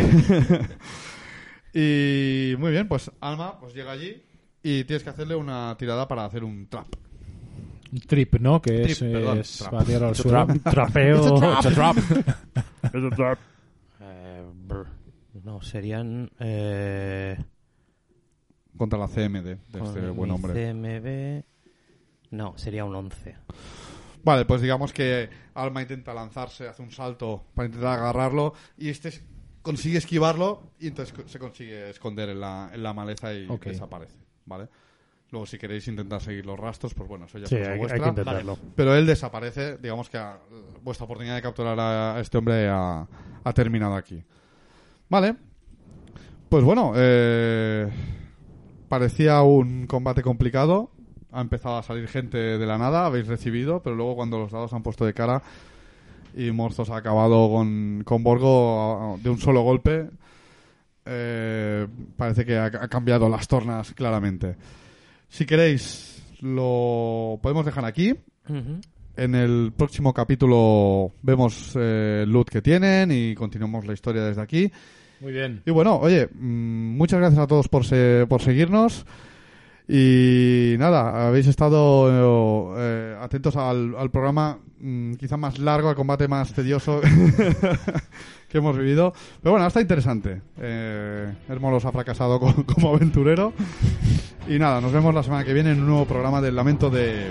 Speaker 2: Y, y muy bien, pues Alma pues llega allí y tienes que hacerle una tirada para hacer un trap.
Speaker 3: Un Trip, ¿no? Que
Speaker 2: Trip,
Speaker 3: es,
Speaker 2: perdón,
Speaker 3: es
Speaker 2: trap.
Speaker 3: batear al suelo.
Speaker 4: Tra- trapeo.
Speaker 5: Eh, brr. no, serían... Eh,
Speaker 2: Contra la CMD de
Speaker 5: con
Speaker 2: este buen
Speaker 5: mi
Speaker 2: hombre.
Speaker 5: CMB... No, sería un 11.
Speaker 2: Vale, pues digamos que Alma intenta lanzarse, hace un salto para intentar agarrarlo y este es- consigue esquivarlo y entonces co- se consigue esconder en la, en la maleza y
Speaker 3: Ok.
Speaker 2: desaparece, ¿vale? Luego si queréis intentar seguir los rastros, pues bueno, eso ya
Speaker 4: Sí,
Speaker 2: es cosa
Speaker 4: hay, hay
Speaker 2: vuestra.
Speaker 4: que intentarlo.
Speaker 2: Pero él desaparece, digamos que a- vuestra oportunidad de capturar a, a este hombre ha, ha terminado aquí. Vale. Pues bueno, eh, parecía un combate complicado. Ha empezado a salir gente de la nada, habéis recibido, pero luego cuando los dados se han puesto de cara y Morzos ha acabado con, con Borgo a- de un solo golpe, eh, parece que ha, ha cambiado las tornas claramente. Si queréis, lo podemos dejar aquí.
Speaker 5: Ujú.
Speaker 2: En el próximo capítulo vemos eh, el loot que tienen y continuamos la historia desde aquí.
Speaker 3: Muy bien.
Speaker 2: Y bueno, oye, mm, muchas gracias a todos por, se- por seguirnos. Y nada, habéis estado eh, atentos al, al programa mm, quizá más largo, al combate más tedioso que hemos vivido. Pero bueno, está interesante. Eh, Hermolos ha fracasado co- como aventurero. Y nada, nos vemos la semana que viene en un nuevo programa del Lamento de...